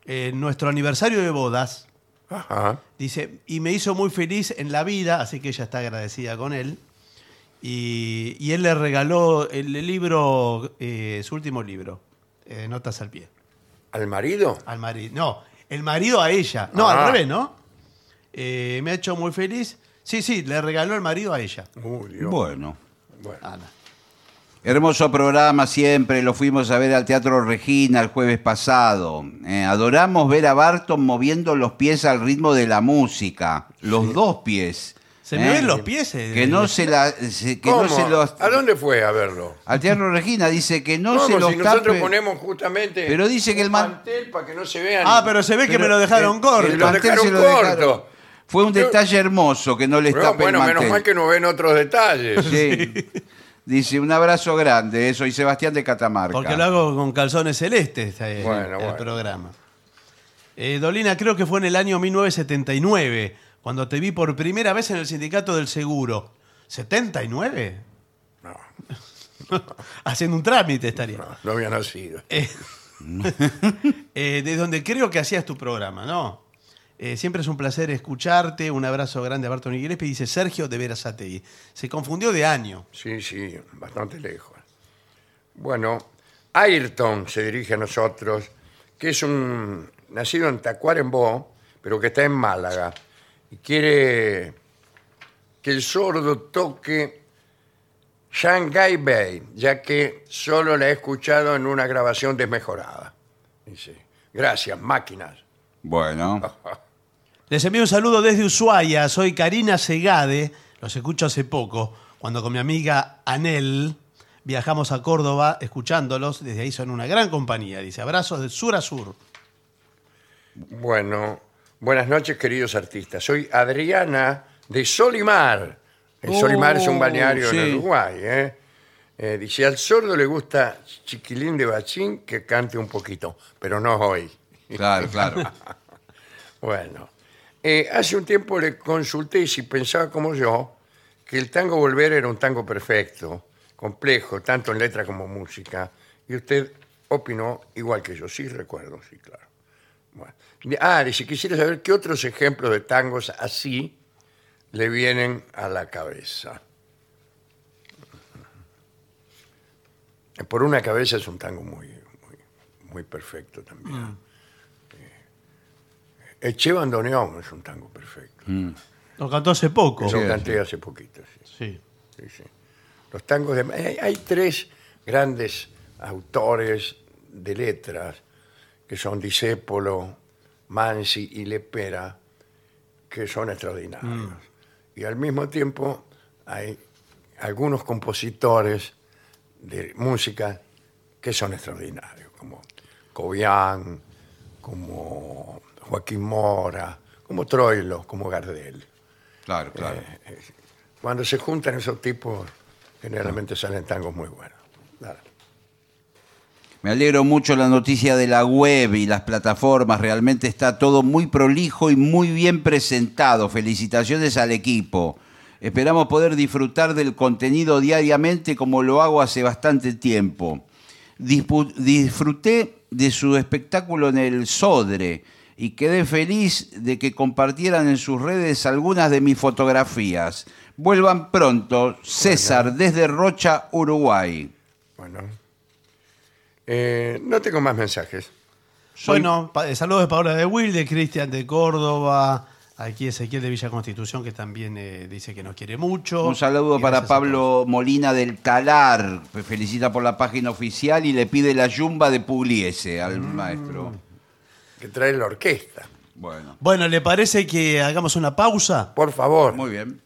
B: en nuestro aniversario de bodas.
A: Ajá.
B: Dice, y me hizo muy feliz en la vida, así que ella está agradecida con él. Y, y él le regaló el libro, eh, su último libro, eh, Notas al pie,
A: ¿Al marido?
B: al marido. No, el marido a ella. No,
A: Ah.
B: al revés, ¿no? Eh, me ha hecho muy feliz. Sí, sí, le regaló el marido a ella.
A: Uy, Dios.
C: bueno.
A: Bueno.
B: Ana.
C: Hermoso programa siempre, lo fuimos a ver al Teatro Regina el jueves pasado. Eh, adoramos ver a Barton moviendo los pies al ritmo de la música, los dos pies.
B: Se me ven los pies, eh.
C: Que no se, la, se- que no
A: ¿Cómo?
C: se los...
A: ¿A dónde fue a verlo?
C: Al Teatro Regina dice que no
A: Vamos,
C: se los
A: si nosotros
C: tape-
A: ponemos justamente
C: Pero dice que el
A: un
C: man-
A: mantel para que no se vean.
B: Ah, pero se ve que
C: Pero
B: me lo dejaron
C: el-
B: corto.
C: el
A: Lo
C: mantel
A: dejaron
C: se lo
A: corto.
C: dejaron. Fue un
A: Yo-
C: detalle hermoso que no le
A: Bueno,
C: está
A: bueno, menos mal que no ven otros
C: <laughs>
A: detalles.
C: Dice, un abrazo grande, eso. Y Sebastián de Catamarca.
B: Porque lo hago con calzones celestes eh, el-
A: Bueno,
B: el
A: bueno.
B: programa. Eh, Dolina, creo que fue en el año 1979, cuando te vi por primera vez en el sindicato del seguro. ¿79? No. <laughs> Haciendo un trámite estaría.
A: No había nacido.
B: Eh, <laughs> eh, de donde creo que hacías tu programa, ¿no? Eh, siempre es un placer escucharte. Un abrazo grande a Barton Gillespie. Dice Sergio de Verazategui. Se confundió de año.
A: Sí, sí, bastante lejos. Bueno, Ayrton se dirige a nosotros, que es un nacido en Tacuarembó, pero que está en Málaga. Y quiere que el sordo toque Shanghai Bay, ya que solo la he escuchado en una grabación desmejorada. Dice, gracias, máquinas.
C: Bueno,
B: Les envío un saludo desde Ushuaia. Soy Karina Segade. Los escucho hace poco, cuando con mi amiga Anel viajamos a Córdoba escuchándolos. Desde ahí son una gran compañía. Dice, abrazos de sur a sur.
A: Bueno, buenas noches, queridos artistas. Soy Adriana de Solimar. El
C: Oh,
A: Solimar es un balneario
C: sí.
A: en Uruguay. ¿eh? Eh, dice, al sordo le gusta Chiquilín de Bachín que cante un poquito, pero no hoy.
C: claro, claro.
A: Bueno, eh, hace un tiempo le consulté si pensaba como yo que el tango Volver era un tango perfecto, complejo, tanto en letra como música, y usted opinó igual que yo, sí recuerdo, sí, claro. Bueno. Di- Ah, dice, quisiera saber qué otros ejemplos de tangos así le vienen a la cabeza. Por una cabeza es un tango muy, muy, muy perfecto también. Eche Bandoneón es un tango perfecto.
B: Lo cantó hace poco.
A: Yo canté hace poquito. sí,
B: Sí.
A: sí, sí. Los tangos de. Hay, hay tres grandes autores de letras que son Disépolo, Mansi y Lepera, que son extraordinarios. Y al mismo tiempo hay algunos compositores de música que son extraordinarios, como Cobian, como Joaquín Mora, como Troilo, como Gardel.
C: Claro, claro.
A: Cuando se juntan esos tipos, generalmente salen tangos muy buenos. Claro.
C: Me alegro mucho la noticia de la web y las plataformas. Realmente está todo muy prolijo y muy bien presentado. Felicitaciones al equipo. Esperamos poder disfrutar del contenido diariamente como lo hago hace bastante tiempo. Dispu- disfruté de su espectáculo en el Sodre y quedé feliz de que compartieran en sus redes algunas de mis fotografías. Vuelvan pronto, César, desde Rocha, Uruguay.
A: Bueno. Eh, no tengo más mensajes.
C: Soy-
B: Bueno, pa- eh, saludos de Paola de Wilde, Cristian de Córdoba, aquí Ezequiel de Villa Constitución, que también eh, dice que nos quiere mucho.
C: Un saludo
B: Y
C: para
B: gracias a todos.
C: Pablo Molina del Talar. que Felicita por la página oficial y le pide la yumba de Pugliese al
B: Mm.
C: maestro.
A: Que trae la orquesta.
C: Bueno,
B: Bueno, ¿le parece que hagamos una pausa?
A: Por favor.
C: muy bien.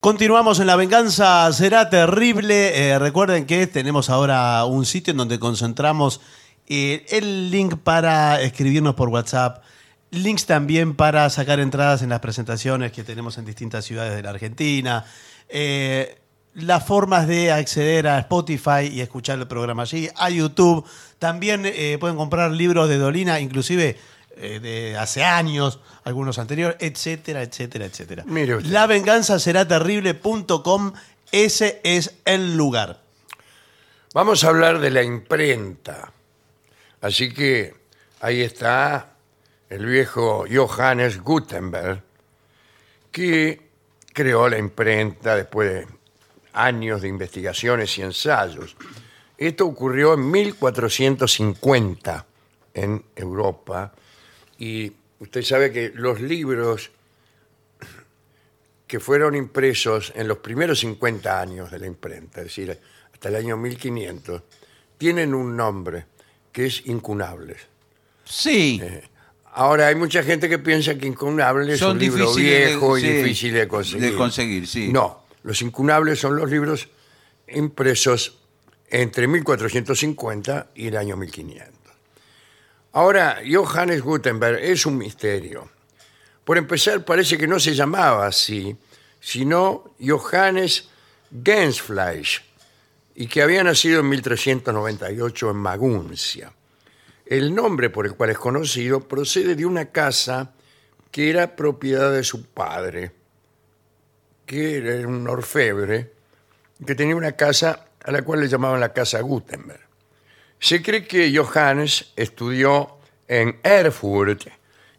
B: Continuamos en La Venganza Será Terrible. Eh, recuerden que tenemos ahora un sitio en donde concentramos eh, el link para escribirnos por WhatsApp. Links también para sacar entradas en las presentaciones que tenemos en distintas ciudades de la Argentina. Eh, las formas de acceder a Spotify y escuchar el programa allí, a YouTube. También eh, pueden comprar libros de Dolina, inclusive eh, de hace años, algunos anteriores, etcétera, etcétera, etcétera.
A: Mire usted.
B: Lavenganzaseraterrible.com, ese es el lugar.
A: Vamos a hablar de la imprenta. Así que ahí está el viejo Johannes Gutenberg, que creó la imprenta después de años de investigaciones y ensayos. Esto ocurrió en 1450 en Europa y usted sabe que los libros que fueron impresos en los primeros 50 años de la imprenta, es decir, hasta el año 1500, tienen un nombre que es incunables.
C: Sí.
A: Ahora, hay mucha gente que piensa que Incunables es
C: Son
A: un libro
C: difíciles de-
A: viejo y
C: sí,
A: difícil de conseguir.
C: de conseguir, sí.
A: No, los Incunables son los libros impresos entre 1450 y el año 1500. Ahora, Johannes Gutenberg es un misterio. Por empezar, parece que no se llamaba así, sino Johannes Gensfleisch, y que había nacido en 1398 en Maguncia. El nombre por el cual es conocido procede de una casa que era propiedad de su padre, que era un orfebre, que tenía una casa a la cual le llamaban la casa Gutenberg. Se cree que Johannes estudió en Erfurt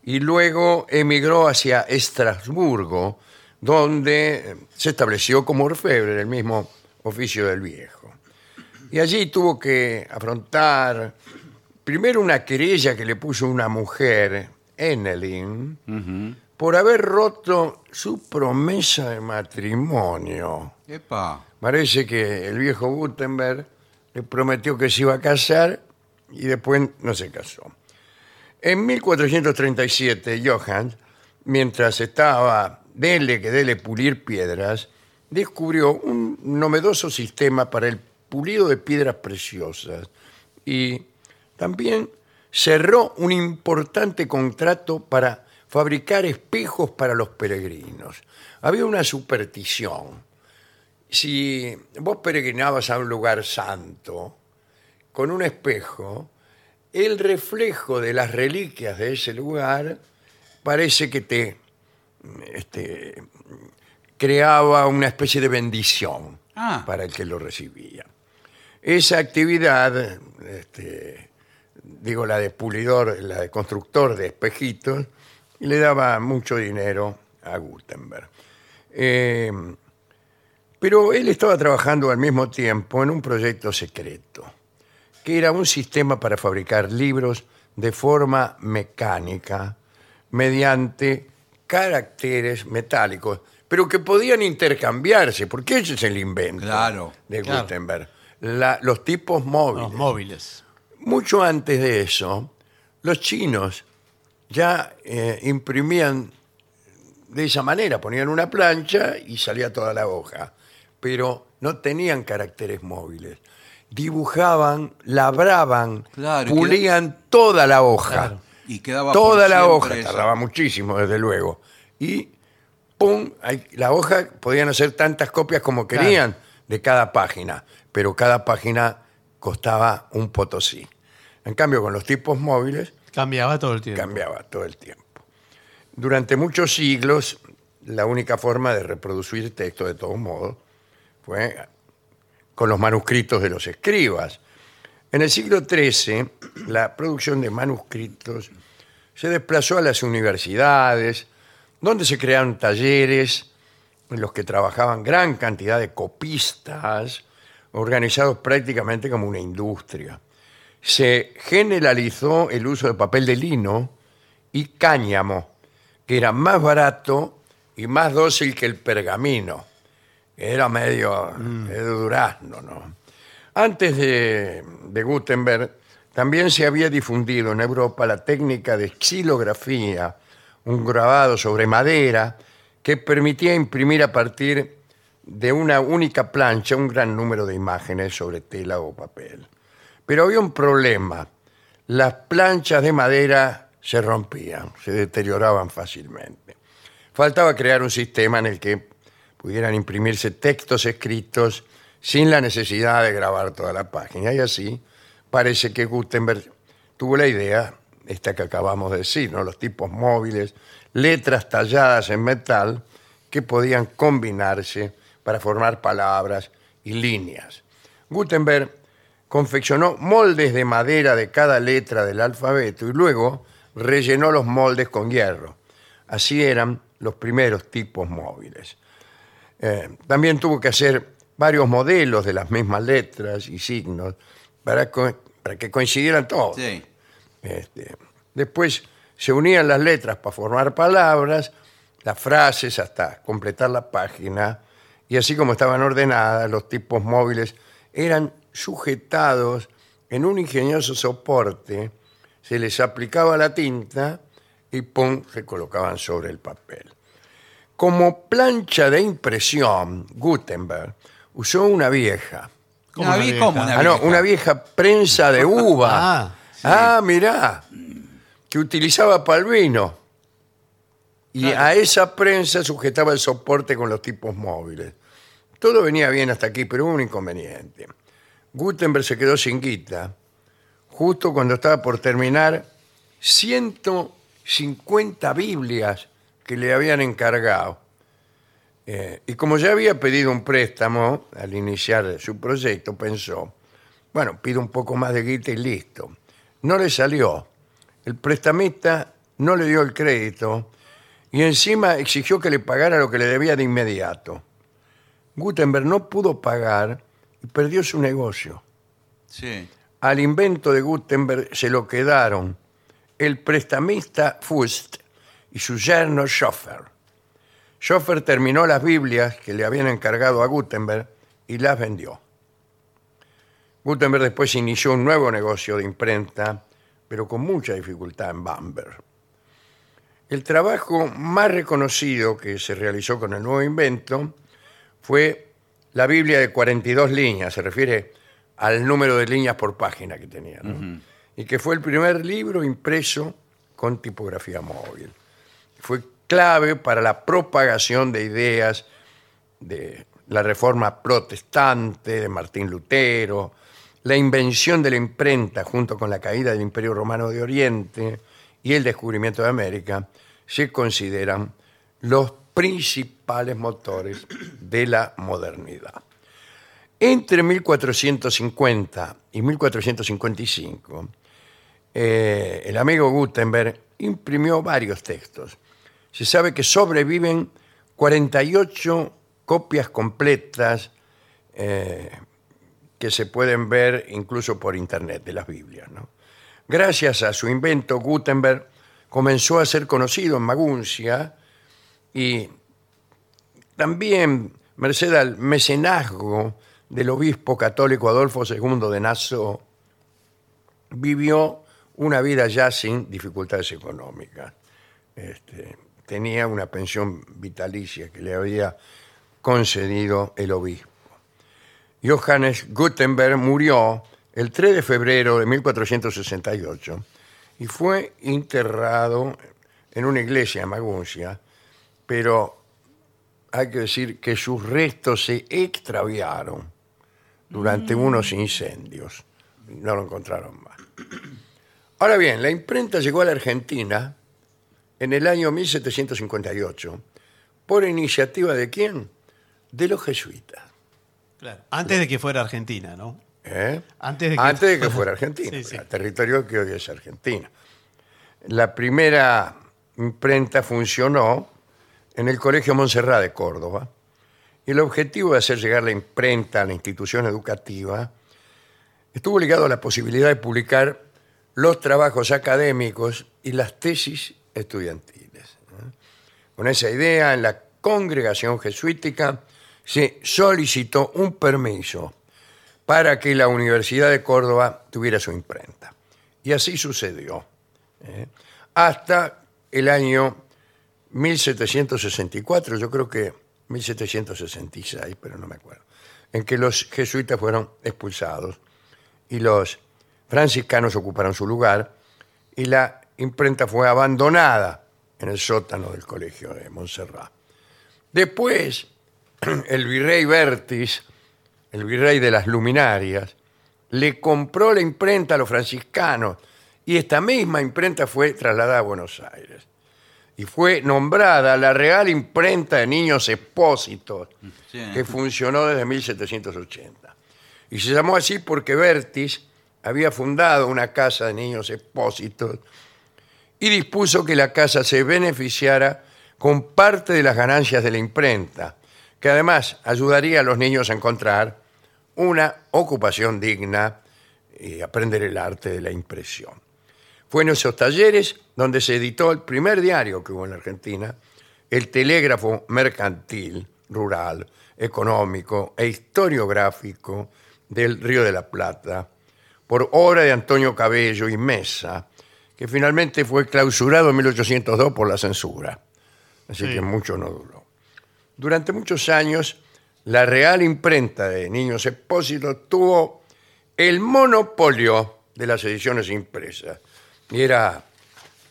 A: y luego emigró hacia Estrasburgo, donde se estableció como orfebre, el mismo oficio del viejo. Y allí tuvo que afrontar primero una querella que le puso una mujer, Enelin, por haber roto su promesa de matrimonio.
C: Epa.
A: Parece que el viejo Gutenberg le prometió que se iba a casar y después no se casó. En 1437, Johann, mientras estaba dele que dele pulir piedras, descubrió un novedoso sistema para el pulido de piedras preciosas y también cerró un importante contrato para fabricar espejos para los peregrinos. Había una superstición si vos peregrinabas a un lugar santo con un espejo, el reflejo de las reliquias de ese lugar parece que te este, creaba una especie de bendición
C: Ah.
A: para el que lo recibía. Esa actividad, este, digo la de pulidor, la de constructor de espejitos, le daba mucho dinero a Gutenberg. Eh, pero él estaba trabajando al mismo tiempo en un proyecto secreto, que era un sistema para fabricar libros de forma mecánica mediante caracteres metálicos, pero que podían intercambiarse, porque ese es el invento
C: Claro,
A: de
B: claro.
A: Gutenberg. La- los tipos móviles.
B: Los móviles.
A: Mucho antes de eso, los chinos ya eh, imprimían de esa manera, ponían una plancha y salía toda la hoja, pero no tenían caracteres móviles. Dibujaban, labraban,
C: Claro, y
A: pulían toda la hoja.
C: Y quedaba por
A: Toda la
C: siempre
A: hoja,
C: esa-
A: tardaba muchísimo, desde luego. Y pum, ahí- la hoja podían hacer tantas copias como
B: Claro.
A: querían de cada página, pero cada página costaba un potosí. En cambio, con los tipos móviles
B: Cambiaba todo el tiempo.
A: cambiaba todo el tiempo. Durante muchos siglos, la única forma de reproducir texto de todos modos fue con los manuscritos de los escribas. En el siglo XIII, la producción de manuscritos se desplazó a las universidades, donde se crearon talleres en los que trabajaban gran cantidad de copistas, organizados prácticamente como una industria. Se generalizó el uso de papel de lino y cáñamo, que era más barato y más dócil que el pergamino. Era medio, medio durazno, ¿no? Antes de, de Gutenberg, también se había difundido en Europa la técnica de xilografía, un grabado sobre madera que permitía imprimir a partir de una única plancha un gran número de imágenes sobre tela o papel. Pero había un problema. Las planchas de madera se rompían, se deterioraban fácilmente. Faltaba crear un sistema en el que pudieran imprimirse textos escritos sin la necesidad de grabar toda la página. Y así parece que Gutenberg tuvo la idea, esta que acabamos de decir, ¿no? los tipos móviles, letras talladas en metal que podían combinarse para formar palabras y líneas. Gutenberg confeccionó moldes de madera de cada letra del alfabeto y luego rellenó los moldes con hierro. Así eran los primeros tipos móviles. Eh, también tuvo que hacer varios modelos de las mismas letras y signos para, co- para que coincidieran todos.
C: Sí.
A: Este, después se unían las letras para formar palabras las frases hasta completar la página. Y así como estaban ordenadas, los tipos móviles eran sujetados en un ingenioso soporte, se les aplicaba la tinta y ¡pum! se colocaban sobre el papel. Como plancha de impresión, Gutenberg usó una vieja.
B: ¿Cómo
C: Una
B: una
C: vi-
B: vieja?
C: ¿cómo una
A: Ah, no,
C: vieja?
A: una vieja prensa de uva.
B: Ah,
A: ah,
B: sí.
A: mirá, que utilizaba Palvino. Y a esa prensa sujetaba el soporte con los tipos móviles. Todo venía bien hasta aquí, pero hubo un inconveniente. Gutenberg se quedó sin guita justo cuando estaba por terminar 150 Biblias que le habían encargado. Eh, y como ya había pedido un préstamo al iniciar su proyecto, pensó, bueno, pido un poco más de guita y listo. No le salió. El prestamista no le dio el crédito y encima exigió que le pagara lo que le debía de inmediato. Gutenberg no pudo pagar y perdió su negocio.
C: Sí.
A: Al invento de Gutenberg se lo quedaron el prestamista Fust y su yerno Schoffer. Schoffer terminó las Biblias que le habían encargado a Gutenberg y las vendió. Gutenberg después inició un nuevo negocio de imprenta, pero con mucha dificultad en Bamberg. El trabajo más reconocido que se realizó con el nuevo invento fue la Biblia de 42 líneas, se refiere al número de líneas por página que tenía, ¿no? y que fue el primer libro impreso con tipografía móvil. Fue clave para la propagación de ideas de la reforma protestante de Martín Lutero, la invención de la imprenta junto con la caída del Imperio Romano de Oriente y el descubrimiento de América, se consideran los principales motores de la modernidad. Entre 1450 y 1455, eh, el amigo Gutenberg imprimió varios textos. Se sabe que sobreviven 48 copias completas eh, que se pueden ver incluso por internet de las Biblias. ¿no? Gracias a su invento, Gutenberg comenzó a ser conocido en Maguncia y también merced al mecenazgo del obispo católico Adolfo II de Nassau, vivió una vida ya sin dificultades económicas. Este, tenía una pensión vitalicia que le había concedido el obispo. Johannes Gutenberg murió el 3 de febrero de 1468 y fue enterrado en una iglesia en Maguncia, pero hay que decir que sus restos se extraviaron durante unos incendios. No lo encontraron más. Ahora bien, la imprenta llegó a la Argentina en el año 1758 por iniciativa de quién? De los jesuitas.
B: Claro. Antes de que fuera Argentina, ¿no?
A: ¿eh?
B: Antes de que-
A: fuera Argentina,
B: <laughs> Sí, sí.
A: el territorio que hoy es Argentina. La primera imprenta funcionó en el Colegio Montserrat de Córdoba y el objetivo de hacer llegar la imprenta a la institución educativa estuvo ligado a la posibilidad de publicar los trabajos académicos y las tesis estudiantiles. ¿eh? Con esa idea, en la congregación jesuítica se solicitó un permiso para que la Universidad de Córdoba tuviera su imprenta. Y así sucedió. ¿eh? Hasta el año 1764, yo creo que 1766, pero no me acuerdo, en que los jesuitas fueron expulsados y los franciscanos ocuparon su lugar y la imprenta fue abandonada en el sótano del colegio de Montserrat. Después, <clears throat> el virrey Bertis, el virrey de las luminarias, le compró la imprenta a los franciscanos y esta misma imprenta fue trasladada a Buenos Aires. Y fue nombrada la Real Imprenta de Niños Expósitos,
C: Sí.
A: que funcionó desde 1780. Y se llamó así porque Bertis había fundado una casa de niños expósitos y dispuso que la casa se beneficiara con parte de las ganancias de la imprenta, que además ayudaría a los niños a encontrar una ocupación digna y aprender el arte de la impresión. Fue en esos talleres donde se editó el primer diario que hubo en la Argentina, el telégrafo mercantil, rural, económico e historiográfico del Río de la Plata, por obra de Antonio Cabello y Mesa, que finalmente fue clausurado en 1802 por la censura. Así
B: Sí.
A: que mucho no duró. Durante muchos años, la Real Imprenta de Niños Expósitos tuvo el monopolio de las ediciones impresas. Y era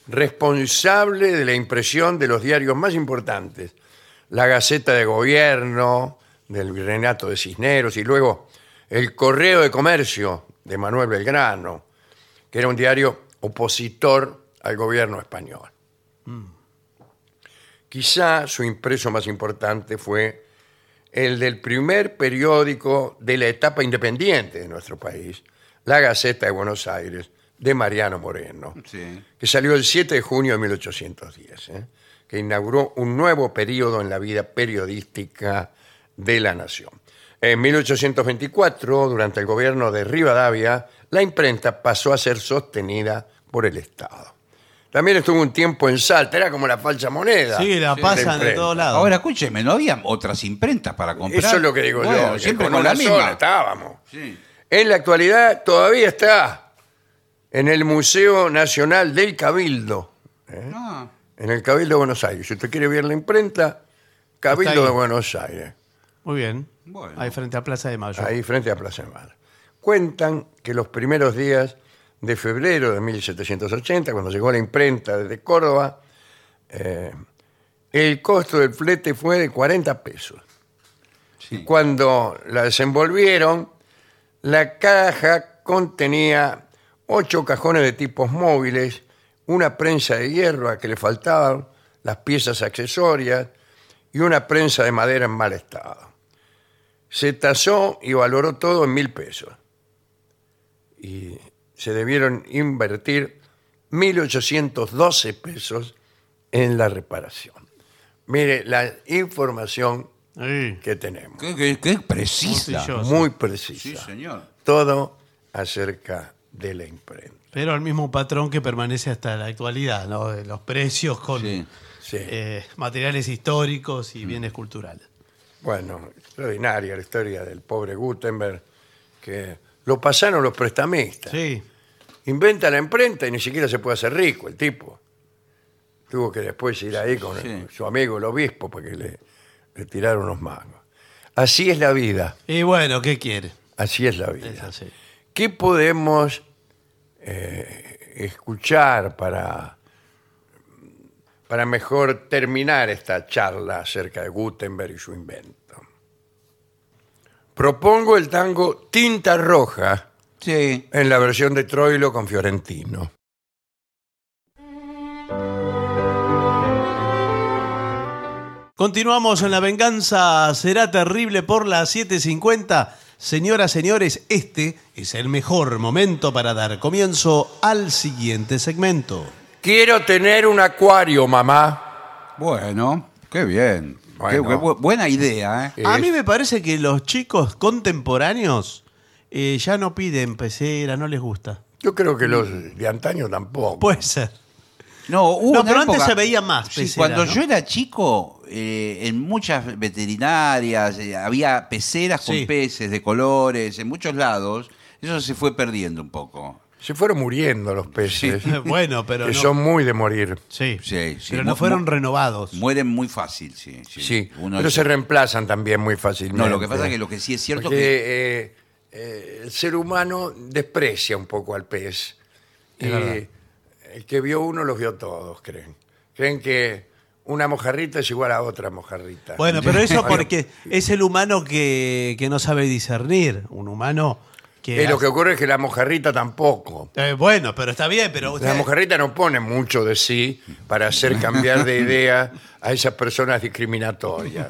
A: responsable de la impresión de los diarios más importantes, la Gaceta de Gobierno, del Virreinato de Cisneros, y luego el Correo de Comercio de Manuel Belgrano, que era un diario opositor al gobierno español. Quizá su impreso más importante fue el del primer periódico de la etapa independiente de nuestro país, la Gaceta de Buenos Aires, de Mariano Moreno
C: Sí.
A: que salió el 7 de junio de 1810, ¿eh? que inauguró un nuevo periodo en la vida periodística de la nación. En 1824, durante el gobierno de Rivadavia, la imprenta pasó a ser sostenida por el Estado. También estuvo un tiempo en Salta, era como la falsa moneda.
B: Sí, la pasan de
A: imprenta.
B: todos lados.
C: Ahora, escúcheme, ¿no había otras imprentas para comprar?
A: Eso es lo que digo
C: Bueno,
A: yo. que
C: Siempre con,
A: una
C: la misma.
A: sola estábamos.
C: Sí.
A: En la actualidad todavía está en el Museo Nacional del Cabildo. ¿Eh?
C: Ah,
A: en el Cabildo de Buenos Aires. Si usted quiere ver la imprenta,
B: Está
A: Cabildo
B: ahí.
A: de Buenos Aires,
B: Muy bien.
C: Bueno.
B: Ahí frente a Plaza de Mayo.
A: ahí frente a Plaza de Mayo. Cuentan que los primeros días de febrero de 1780, cuando llegó la imprenta desde Córdoba, eh, el costo del flete fue de 40 pesos.
C: sí.
A: Cuando la desenvolvieron, la caja contenía ocho cajones de tipos móviles, una prensa de hierro a que le faltaban las piezas accesorias y una prensa de madera en mal estado. Se tasó y valoró todo en mil pesos. Y se debieron invertir 1.812 pesos en la reparación. Mire, la información
B: Sí.
A: que tenemos.
C: Qué, qué- qué precisa.
B: Sí, yo.
A: Muy precisa.
C: Sí, señor.
A: Todo acerca de la imprenta.
B: Pero el mismo patrón que permanece hasta la actualidad, ¿no? De los precios con
C: Sí.
A: Sí.
B: eh, materiales históricos y bienes culturales.
A: Bueno, extraordinaria la historia del pobre Gutenberg, que lo pasaron los prestamistas.
B: Sí.
A: Inventa la imprenta y ni siquiera se puede hacer rico el tipo. Tuvo que después ir ahí con
C: Sí.
A: su amigo el obispo para que le, le tirara unos mangos. Así es la vida,
B: Y bueno, ¿qué quiere?
A: así es la vida.
B: Es así.
A: ¿Qué podemos eh, escuchar para, para mejor terminar esta charla acerca de Gutenberg y su invento? Propongo el tango Tinta Roja
C: Sí.
A: en la versión de Troilo con Fiorentino.
B: Continuamos en La Venganza Será Terrible por las 7.50. Señoras, señores, este es el mejor momento para dar comienzo al siguiente segmento.
A: Quiero tener un acuario, mamá.
C: Bueno, qué bien.
A: Bueno.
C: Qué bu- buena idea, ¿eh?
B: A
A: Es-
B: mí me parece que los chicos contemporáneos eh, ya no piden pecera, no les gusta.
A: Yo creo que los de antaño tampoco.
B: Puede ser.
C: No, hubo
B: No,
C: una
B: pero antes
C: época-
B: se veía más
C: Sí,
B: pecera,
C: cuando
B: ¿no?
C: yo era chico, eh, en muchas veterinarias eh, había peceras
B: Sí.
C: con peces de colores, en muchos lados. Eso se fue perdiendo un poco.
A: Se fueron muriendo los peces,
B: <laughs> bueno, pero
A: que
B: no.
A: son muy de morir.
B: Sí,
C: Sí, sí,
B: pero
C: mu-
B: no
C: mu-
B: fueron renovados.
C: Mueren muy fácil, sí. Sí,
A: Sí,
C: Uno
A: pero
C: es-
A: se reemplazan también muy fácilmente.
C: No, lo que pasa es que lo que sí es cierto
A: Porque
C: que...
A: eh, eh, el ser humano desprecia un poco al pez. Y
B: verdad.
A: el que vio uno los vio todos, creen. Creen que una mojarrita es igual a otra mojarrita.
B: Bueno, pero eso
A: Bueno,
B: porque es el humano que, que no sabe discernir. Un humano que.
A: eh, lo que
B: hace-
A: ocurre es que la mojarrita tampoco.
B: Eh, bueno, pero está bien, pero.
A: La mojarrita no pone mucho de sí para hacer cambiar de idea a esas personas
B: <laughs>
A: discriminatorias.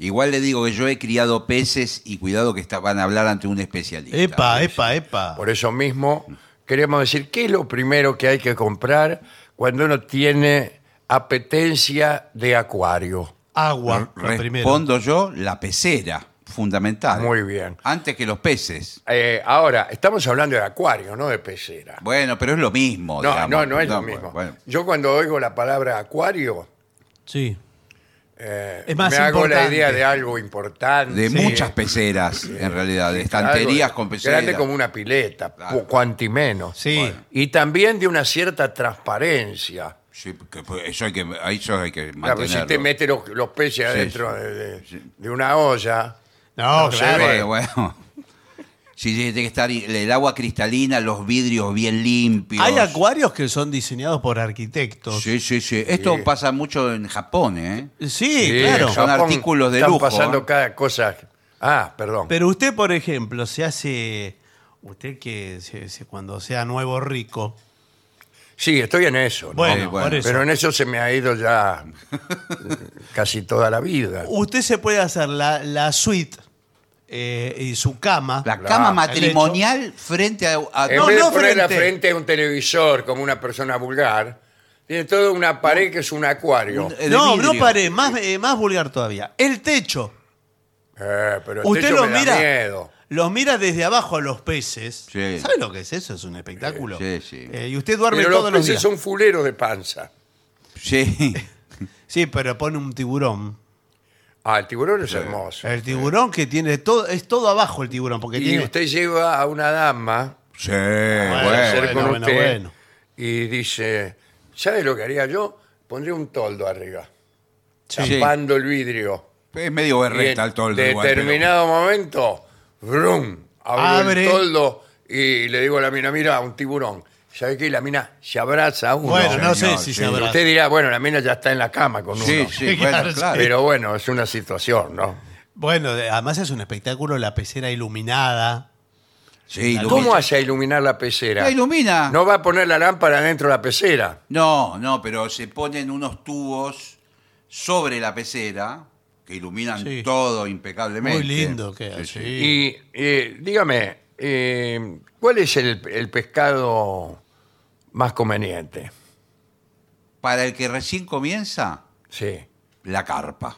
C: Igual le digo que yo he criado peces y cuidado que está- van a hablar ante un especialista.
B: Epa, epa, epa.
A: Por eso mismo queremos decir qué es lo primero que hay que comprar cuando uno tiene apetencia de acuario.
B: Agua, lo primero.
C: Respondo yo, la pecera, fundamental.
A: Muy bien.
C: Antes que los peces.
A: Eh, ahora, estamos hablando de acuario, no de pecera.
C: Bueno, pero es lo mismo.
A: No,
C: digamos.
A: no, no es lo
C: bueno,
A: mismo.
C: bueno.
A: Yo cuando oigo la palabra acuario,
B: Sí.
A: eh,
B: Es más
A: me hago la
B: importante.
A: idea de algo importante.
C: De
B: Sí.
C: muchas peceras, en realidad, de estanterías
A: Algo
C: con peceras.
A: Grande como una pileta,
C: Claro.
A: cu- cuanti menos.
B: Sí.
A: Y también de una cierta transparencia.
C: Sí, que, pues, eso hay que, a eso hay que
A: Claro, pues,
C: mantenerlo.
A: si usted mete los, los peces
C: Sí,
A: adentro
C: sí.
A: de, de-
C: Sí.
A: de una olla,
B: No,
A: No se
B: claro.
A: ve.
C: Bueno, bueno. Sí, sí, tiene que estar el agua cristalina, los vidrios bien limpios.
B: Hay acuarios que son diseñados por arquitectos. Sí,
C: Sí, sí, sí. Esto pasa mucho en Japón, ¿eh?
A: sí,
B: claro.
A: en
C: Son
A: Japón
C: artículos de
A: están
C: lujo,
A: pasando
C: ¿eh?
A: cada cosa. Ah, perdón.
B: Pero usted, por ejemplo, se hace. Usted que se- se- cuando sea nuevo rico.
A: Sí, estoy en eso. ¿no?
B: Bueno,
C: Eh, bueno,
B: por eso.
A: Pero en eso se me ha ido
C: <laughs>
A: ya casi toda la vida.
B: Usted se puede hacer la, la suite eh, y su cama.
C: La
A: Claro.
C: cama
A: El
C: matrimonial frente a... a-
A: En
B: No,
A: vez de
B: no
A: poner la
B: frente.
A: frente a un televisor como una persona vulgar, tiene toda una pared que es un acuario.
C: Un- de
B: no,
C: vidrio.
B: no paré, más, eh, más vulgar todavía. El techo.
A: Eh, pero el
B: Usted
A: techo
B: los
A: me da
B: mira,
A: miedo.
B: los mira desde abajo a los peces.
C: Sí.
B: ¿Sabe lo que es eso? Es un espectáculo.
C: Sí, sí.
B: Eh, y usted duerme
A: Pero
B: todos
A: los
B: los
A: peces
B: días.
A: son fuleros de panza.
C: Sí.
B: Sí, pero pone un tiburón.
A: Ah, el tiburón es hermoso.
B: El tiburón que tiene todo, es todo abajo el tiburón, porque
A: Y
B: Eh, tiene.
A: usted lleva a una dama
C: Sí,
A: a
C: bueno.
A: hacer con
B: bueno,
A: usted
B: bueno.
A: y dice, ¿sabe lo que haría yo? Pondría un toldo arriba,
C: Sí.
A: tapando el vidrio.
C: Es medio
A: Y en
C: berreta el toldo igual, pero-
A: determinado momento, brum, abro
B: Abre.
A: el toldo y le digo a la mina, mira, un tiburón. ¿Sabe qué? La mina se abraza a uno.
B: Bueno, no
C: Señor,
B: sé si
C: sí.
B: se habrá.
A: Usted dirá, bueno, la mina ya está en la cama con
C: Sí,
A: uno.
C: sí,
B: <laughs>
C: bueno,
B: Claro,
C: claro.
A: Pero bueno, es una situación, ¿no?
B: Bueno, de- además es un espectáculo, la pecera iluminada.
C: Sí, ilumina.
A: ¿Cómo hace a iluminar la pecera?
C: La ilumina.
A: No va a poner la lámpara dentro de la pecera.
C: No, no, pero se ponen unos tubos sobre la pecera que iluminan
B: Sí.
C: todo impecablemente.
B: Muy lindo queda,
C: Sí, sí.
B: sí.
A: Y eh, dígame, eh, ¿cuál es el, el pescado más conveniente?
C: Para el que recién comienza,
A: Sí,
C: la carpa.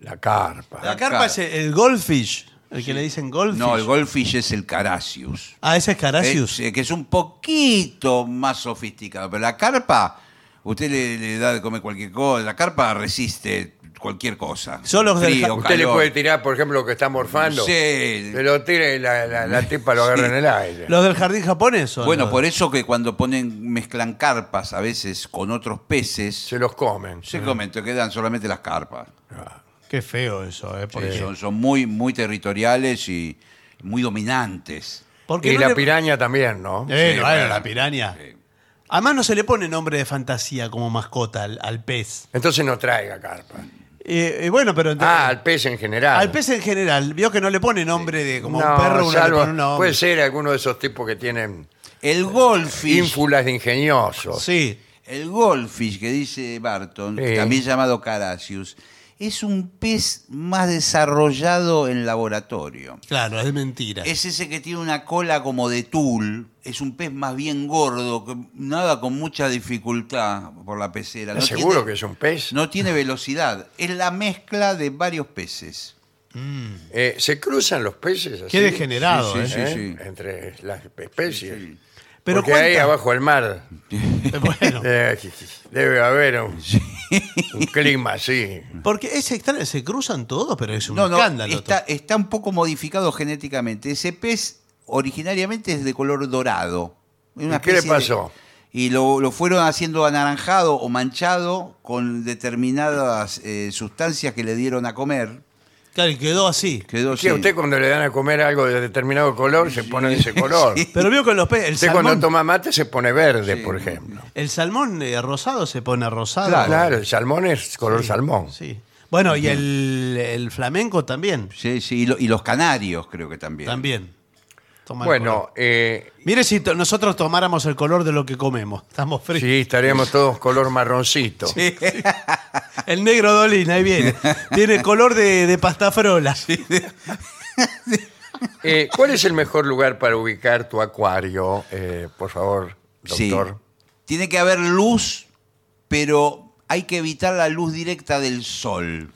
A: la carpa.
B: La
C: La
B: carpa
C: cara.
B: es el, el goldfish, el que le dicen goldfish.
C: No, el goldfish es el caracius.
B: ah, ese es Carasius.
C: Eh, que es un poquito más sofisticado. Pero la carpa, usted le, le da de comer cualquier cosa. La carpa resiste cualquier cosa.
B: Son los del
C: Frío,
B: ja-
A: Usted le
C: calor.
A: puede tirar, por ejemplo, lo que está morfando.
C: Sí.
B: Eh,
A: Se lo tira y la, la, la tipa lo agarra en el aire.
B: Los del jardín japonés son.
C: Bueno,
B: los-
C: por e- eso que cuando ponen, mezclan carpas a veces con otros peces,
A: Se los comen.
C: se comento, quedan solamente las carpas.
B: Qué feo eso, ¿eh? Porque,
C: Porque son, son muy, muy territoriales y muy dominantes.
B: porque
A: Y
B: no
A: la
B: le-
A: piraña también, ¿no?
B: Eh,
C: Sí,
B: no, bueno,
C: bueno.
B: la piraña.
C: Sí.
B: Además no se le pone nombre de fantasía como mascota al, al pez.
A: Entonces no traiga carpa.
B: Eh, eh, bueno, pero entonces-
A: Ah, al pez en general.
B: al pez en general, vio que no le pone nombre de como
A: No,
B: un perro, uno
A: salvo-
B: le pone un nombre.
A: Puede ser alguno de esos tipos que tienen
C: El goldfish,
A: ínfulas de ingeniosos.
B: Sí.
C: el goldfish que dice Barton,
A: Sí.
C: también llamado Caracius, es un pez más desarrollado en laboratorio.
B: Claro, es mentira.
C: Es ese que tiene una cola como de tul, es un pez más bien gordo, que nada con mucha dificultad por la pecera.
A: ¿Estás
C: No
A: seguro
C: tiene-
A: que es un pez?
C: No tiene velocidad, es la mezcla de varios peces.
A: Eh, ¿Se cruzan los peces así?
B: Qué degenerado,
C: Sí,
B: ¿eh?
C: sí,
A: ¿eh?
C: sí.
A: Entre las especies.
C: Sí,
B: Pero
A: Porque ahí
B: cuenta-
A: abajo del mar
B: <laughs> Bueno,
A: <laughs> eh, debe haber un, un clima así.
B: porque es extraño, se cruzan todos, pero es un
C: No, no,
B: escándalo.
C: está, está un poco modificado genéticamente. Ese pez originariamente es de color dorado. Es una
A: ¿Y qué le
C: especie de-
A: pasó?
C: y lo, lo fueron haciendo anaranjado o manchado con determinadas eh, sustancias que le dieron a comer.
B: Claro, y
A: <laughs>
B: quedó así.
C: Quedó
A: Sí, a
C: así.
A: usted cuando le dan a comer algo de determinado color se pone de ese color.
B: Pero vio con los peces, el
A: Usted
B: salmón,
A: cuando toma mate se pone verde,
C: Sí.
A: por ejemplo.
B: el salmón eh, rosado se pone rosado.
A: Claro, el salmón es color salmón.
B: Sí. Bueno, y el, el flamenco también.
C: Sí, sí, y, lo- y los canarios creo que también.
B: También. Toma el color.
A: Bueno, eh,
B: Mire si to- nosotros tomáramos el color de lo que comemos. Estamos fríos.
A: sí, estaríamos todos color marroncito.
B: <laughs> El negro Dolina, ahí
C: <laughs>
B: viene. Tiene color de, de pastafrola. <laughs>
A: Eh, ¿Cuál es el mejor lugar para ubicar tu acuario? Eh, por favor,
C: Sí.
A: doctor.
C: Tiene que haber luz, pero hay que evitar la luz directa del sol.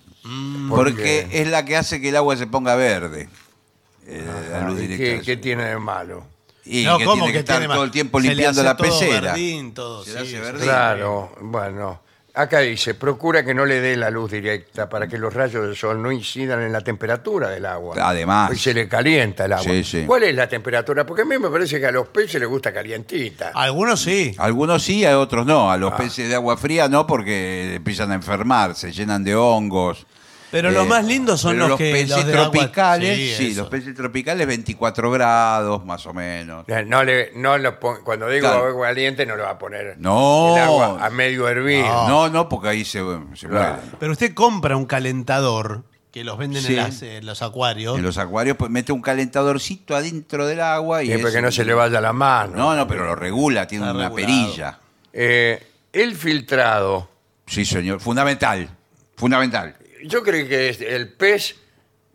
A: ¿por
C: porque
A: qué?
C: es la que hace que el agua se ponga verde. Eh, la
A: Ah,
C: luz
A: ¿y
C: directa.
A: ¿Qué,
C: del
A: qué
C: sol.
A: tiene de malo?
C: Y
B: No,
C: que
B: ¿cómo
C: tiene que, estar
B: tiene más?
C: todo el tiempo
B: Se le
C: limpiando
B: hace
C: la
B: todo
C: pecera.
B: verdín, todo,
C: Se le
B: sí,
C: hace
B: sí.
C: verdín.
A: Claro, bueno. Acá dice, procura que no le dé la luz directa para que los rayos del sol no incidan en la temperatura del agua.
C: Además.
A: Y se le calienta el agua.
C: Sí, sí.
A: ¿Cuál es la temperatura? Porque a mí me parece que a los peces les gusta calientita.
B: Algunos sí.
C: Algunos sí, a otros no. A los peces de agua fría no, porque empiezan a enfermar, se llenan de hongos.
B: Pero
C: Eh,
B: los más lindos son
C: pero
B: los, que
C: peces
B: los de agua-
C: tropicales. sí,
B: eso.
C: los peces tropicales 24 grados más o menos.
A: No le, no lo pon- cuando digo
C: Claro.
A: agua caliente no lo va a poner
C: No.
A: el agua a medio hervir.
C: No, no, porque ahí se, se
A: Claro.
C: mueren.
B: Pero usted compra un calentador que los venden
C: Sí.
B: en, las, eh, los acuarios.
C: En los acuarios pues, mete un calentadorcito adentro del agua y.
A: Siempre
C: es-
A: que eh, no se le vaya la mano.
C: No, no, pero lo regula, tiene
B: Está
C: una
B: regulado.
C: perilla.
A: Eh, el filtrado.
C: Sí, señor. Fundamental. Fundamental.
A: Yo creo que es el pez,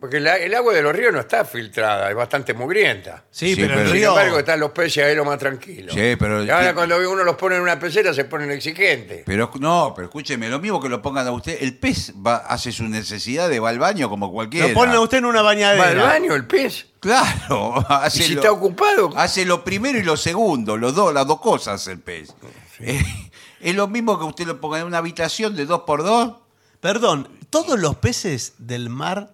A: porque la- el agua de los ríos no está filtrada, es bastante mugrienta.
B: Sí,
C: Sí,
B: pero,
C: pero-
B: el
A: Sin
B: río.
A: embargo, están los peces ahí lo más tranquilos.
C: Sí, pero-
A: Y ahora cuando uno los pone en una pecera se ponen exigentes.
C: Pero no, pero escúcheme, lo mismo que lo pongan a usted, el pez va, hace sus necesidades, va al baño como cualquiera.
B: Lo pone usted en una
A: Va al
B: bañadera.
A: baño el pez.
C: Claro, <laughs>
A: Y
C: hace,
A: si
C: lo,
A: está ocupado,
C: hace lo primero y lo segundo, los dos, las dos cosas hace el pez. Eh, es lo mismo que usted lo ponga en una habitación de dos por dos.
B: Perdón, todos los peces del mar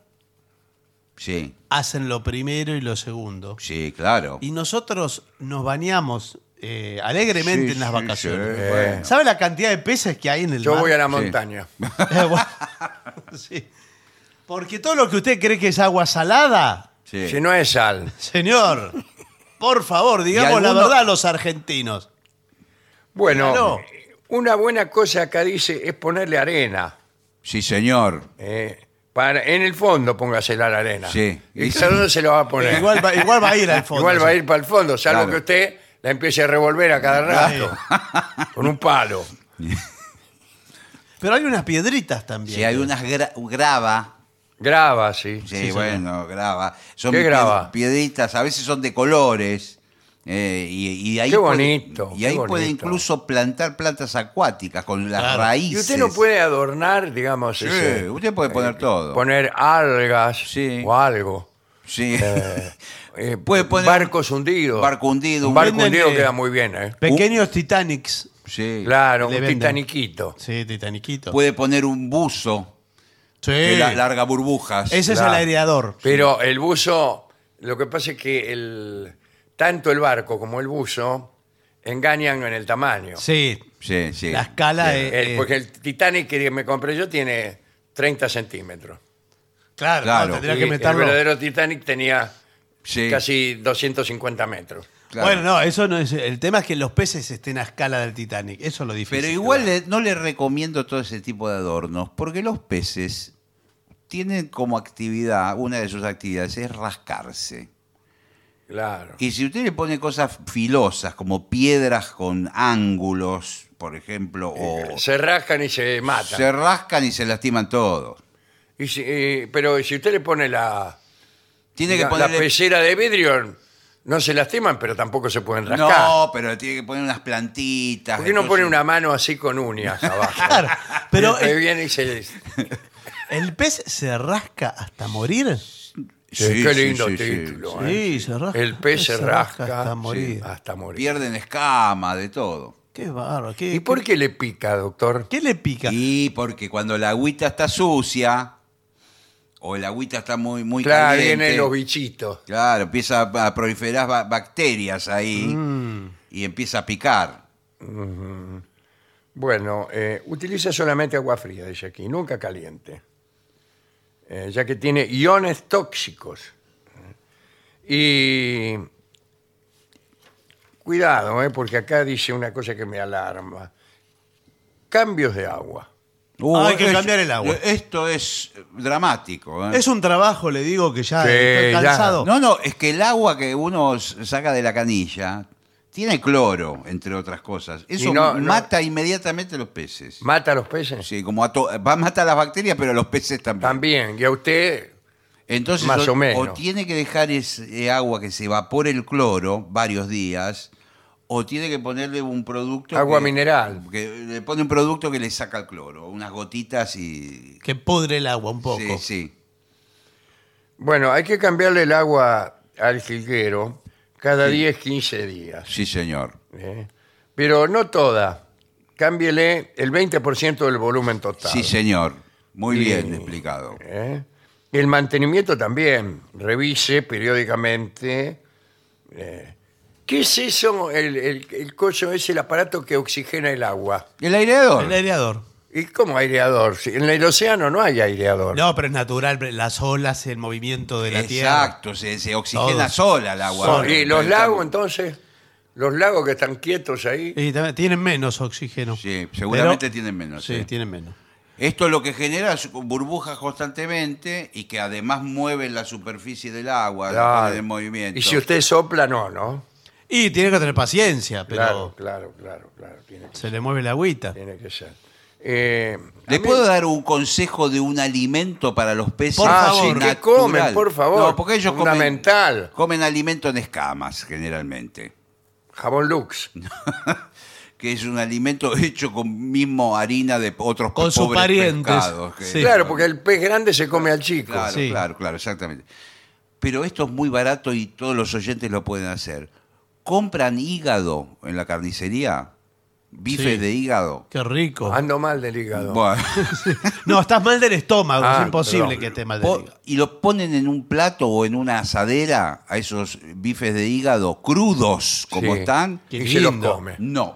C: Sí,
B: hacen lo primero y lo segundo.
C: sí, claro.
B: Y nosotros nos bañamos eh, alegremente
C: Sí,
B: en las
C: sí,
B: vacaciones. Eh,
C: sí, bueno.
B: ¿Sabe la cantidad de peces que hay en el
A: yo
B: mar?
A: voy a la
B: <laughs>
C: Sí.
A: montaña.
B: Eh, bueno, <laughs> sí. Porque todo lo que usted cree que es agua salada,
C: Sí.
A: Si no es sal.
B: señor, por favor, digamos la
C: alguno-
B: verdad a los argentinos.
A: Bueno,
B: Claro.
A: una buena cosa acá dice es ponerle arena.
C: Sí, señor.
A: eh, para, en el fondo póngasela la arena.
C: Sí.
A: ¿Y usted dónde se lo va a poner?
B: Igual va, igual va a ir al
A: <laughs>
B: fondo.
A: Igual va a ir para el fondo, salvo
C: Claro.
A: que usted la empiece a revolver a cada rato. Con un palo.
B: Pero hay unas piedritas también.
C: Sí, hay unas gra- grava.
A: Graba, sí.
C: Sí,
B: Sí,
C: bueno, grava. Son
A: ¿Qué
C: pie-
A: grava?
C: Piedritas, a veces son de colores. eh, y, y ahí
A: Qué
C: puede-
A: bonito,
C: y
A: qué
C: ahí puede
A: bonito.
C: incluso plantar plantas acuáticas con las
B: Claro.
C: raíces.
A: Y usted no puede Eh, adornar, digamos,
C: Sí,
A: ese-
C: usted puede poner todo.
A: poner algas
C: Sí.
A: o algo.
C: Sí. <laughs>
A: Eh,
C: Puede poner
A: barcos hundidos.
C: barco hundido,
A: Un
C: un-
A: barco
B: Venden,
A: hundido
B: eh,
A: queda muy bien, ¿eh?
B: Pequeños Titanics.
C: sí.
A: Claro,
B: le
A: un
B: venden.
A: titaniquito.
B: Sí, Titaniquito.
C: Puede poner un buzo
B: Sí.
C: que la- larga burbujas.
B: Ese es
A: Claro.
B: el aireador.
A: Pero el buzo, lo que pasa es que el, tanto el barco como el buzo engañan en el tamaño.
B: Sí, ah, eh,
C: Sí, sí.
B: la escala es.
A: El- porque el Titanic que me compré yo tiene 30 centímetros.
B: claro,
C: Claro.
B: no, tendría
A: Y
B: que meterlo.
A: El verdadero Titanic tenía
C: Sí,
A: casi 250 metros.
C: claro.
B: Bueno, no, eso no es. El tema es que los peces estén a escala del Titanic. Eso es lo difícil.
C: Pero igual le- no le recomiendo todo ese tipo de adornos, porque los peces tienen como actividad, una de sus actividades es rascarse.
A: Claro.
C: Y si usted le pone cosas filosas, como piedras con ángulos, por ejemplo, o
A: Eh, Se rascan y se matan.
C: se rascan y se lastiman todos.
A: Y si- eh, pero si usted le pone la,
C: Tiene que
A: la- la
C: ponerle...
A: pecera de vidrio, no se lastiman, pero tampoco se pueden rascar.
C: No, pero tiene que poner unas plantitas.
A: ¿Por qué no pone
C: entonces-
A: una mano así con
C: <laughs>
A: uñas abajo?
B: Claro, pero
A: Y ahí
B: el,
A: viene y se...
B: el pez se rasca hasta morir.
C: Sí,
A: qué
C: sí,
A: lindo
C: sí, sí,
A: título.
C: sí.
A: ¿eh?
B: Sí, se rasca.
A: El pez se rasca,
B: hasta
A: sí,
B: morir.
A: hasta morir.
C: Pierden escama, de todo.
B: Qué bárbaro. Qué,
A: ¿Y por
B: qué,
A: qué le pica, doctor?
B: qué le pica?
C: Y porque cuando la agüita está sucia o el agüita está muy, muy
A: Claro,
C: caliente,
A: vienen los bichitos.
C: claro, empieza a a proliferar ba- bacterias ahí
A: Mm.
C: y empieza a picar.
A: Bueno, eh, utiliza solamente agua fría, dice aquí, nunca caliente, eh, ya que tiene iones tóxicos. Y cuidado, eh, porque acá dice una cosa que me alarma. Cambios de agua.
C: Uh,
B: hay que cambiar el agua.
C: e-, Esto es dramático. ¿eh?
B: Es un trabajo, le digo, que ya
A: Sí,
B: estoy
A: ya.
B: cansado.
C: No, no, es que el agua que uno s- saca de la canilla tiene cloro, entre otras cosas. Eso
A: no- no-
C: mata inmediatamente los peces.
A: ¿Mata a los peces?
C: Sí, como a to- va a matar las bacterias, pero a los peces también.
A: También, y a usted,
C: Entonces,
A: Más o
C: o,
A: menos.
C: o tiene que dejar ese agua que se evapore el cloro varios días, o tiene que ponerle un producto.
A: agua
C: que-
A: mineral.
C: Que le pone un producto que le saca el cloro, unas gotitas y.
B: Que pudre el agua un poco.
C: Sí, sí.
A: Bueno, hay que cambiarle el agua al jilguero cada 10, 15 días.
C: Sí, señor.
A: ¿eh? Pero no toda. cámbiele el 20% del volumen total.
C: Sí, señor. Muy
A: Sí.
C: bien explicado.
A: ¿Eh? El mantenimiento también. Revise periódicamente. eh, ¿Qué es eso? El, el, el coso es el aparato que oxigena el agua.
C: El aireador.
B: El aireador.
A: ¿Y cómo aireador? Si en el océano no hay aireador.
B: No, pero es natural. Las olas, el movimiento de la tierra.
C: Exacto, se, se oxigena
B: Todo.
C: sola el agua.
A: Oh, ¿Y los lagos entonces? Los lagos que están quietos ahí.
B: Y también tienen menos oxígeno.
C: Sí, seguramente tienen menos,
B: Sí,
C: sí.
B: tienen menos.
C: Esto lo que genera es burbujas constantemente y que además mueven la superficie del agua, la ponen en movimiento.
A: Y si usted sopla, no, ¿no?
B: Y tiene que tener paciencia, pero
A: Claro, claro, claro, claro. Tiene que,
B: se le mueve la agüita.
A: tiene que ser. Eh, a
C: ¿Le
A: mí-
C: puedo dar un consejo de un alimento para los peces?
B: Por
A: ah,
B: favor.
A: sí, ¿qué
C: natural?
A: comen? Por favor.
C: No, porque ellos comen,
A: Fundamental.
C: comen alimento en escamas, generalmente.
A: Jabón Lux.
C: Que es un alimento <laughs> hecho con mismo harina de otros
B: Con sus
C: pobres
B: parientes,
C: pescados que-
B: sí.
A: Claro, porque el pez grande se come al chico.
C: Claro,
B: Sí.
C: claro, claro, exactamente. Pero esto es muy barato y todos los oyentes lo pueden hacer. Compran hígado en la carnicería, bifes
B: Sí.
C: de hígado.
B: Qué rico.
A: Ando mal del hígado. <laughs>
C: Bueno,
B: No, estás mal del estómago.
A: Ah,
B: es imposible
A: perdón.
B: que esté mal del
C: po-
B: hígado.
C: y lo ponen en un plato o en una asadera a esos bifes de hígado crudos como
A: Sí.
C: están.
B: Qué
A: y se los
B: lindo.
A: come. <laughs>
C: No.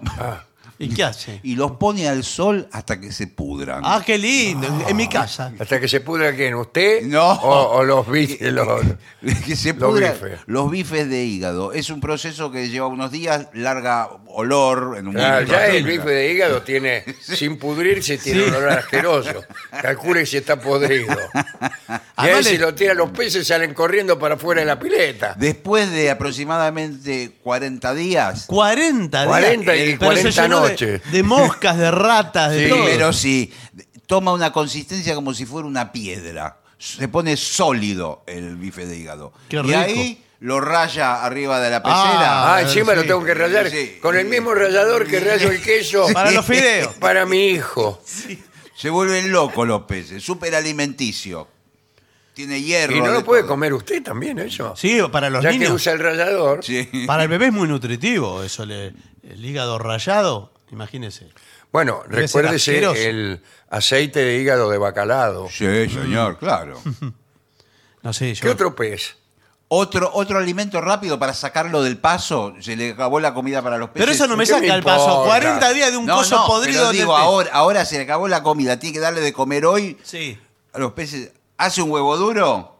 B: ¿Y qué hace?
C: Y los pone al sol hasta que se pudran.
B: Ah, qué lindo. en-
A: Ah.
B: En mi casa.
A: Hasta que se pudra quién, usted
C: No.
A: o, o los
B: <laughs>
A: vi- los-
C: <laughs>
A: <laughs>
C: que se
A: Los
C: pudran
A: bifes.
C: los bifes de hígado. Es un proceso que lleva unos días, larga olor en un
A: Claro,
C: momento
A: Ah, ya el
C: atómico.
A: bife de hígado
B: <laughs>
A: tiene, sin pudrirse, tiene un olor asqueroso. Calcule si está
B: <laughs>
A: podrido. Y ahí
B: Además
A: si
B: le-
A: lo tiran los peces salen corriendo para afuera de la pileta.
C: Después de aproximadamente 40 días,
B: 40 días.
A: 40 y
B: Pero se
A: 40
B: llenó de-
A: noches.
B: De, moscas, de ratas, de todo.
C: primero sí, toma una consistencia como si fuera una piedra. Se pone sólido el bife de hígado.
B: Qué
C: y
B: rico.
C: ahí lo raya arriba de la
A: Ah,
C: pecera.
B: Ah,
A: encima
B: sí.
A: lo tengo que rayar.
C: Sí.
A: Con el mismo rallador que rayo el queso.
B: <laughs> Para los fideos.
A: Para mi hijo.
C: Se vuelven locos los peces, súper alimenticio. Tiene hierro.
A: Y no
C: de
A: lo puede
C: todo.
A: comer usted también, eso.
B: Sí, para los
A: ya que
B: niños.
A: usa el rallador.
C: Sí.
B: Para el bebé es muy nutritivo eso. le- el hígado rayado, imagínese.
A: Bueno,
B: Debe ser asqueroso.
A: recuérdese el aceite de hígado de bacalado.
C: Sí,
B: <laughs>
C: señor, claro.
B: No sé, yo.
A: ¿Qué otro pez?
C: Otro, otro alimento rápido para sacarlo del paso. Se le acabó la comida para los peces.
B: Pero eso no me
A: ¿Qué me
B: saca el paso.
A: importa?
B: 40 días de un coso podrido.
C: Pero
B: de-
C: digo, ahora, ahora se le acabó la comida, tiene que darle de comer hoy
B: Sí.
C: a los peces. Hace un huevo duro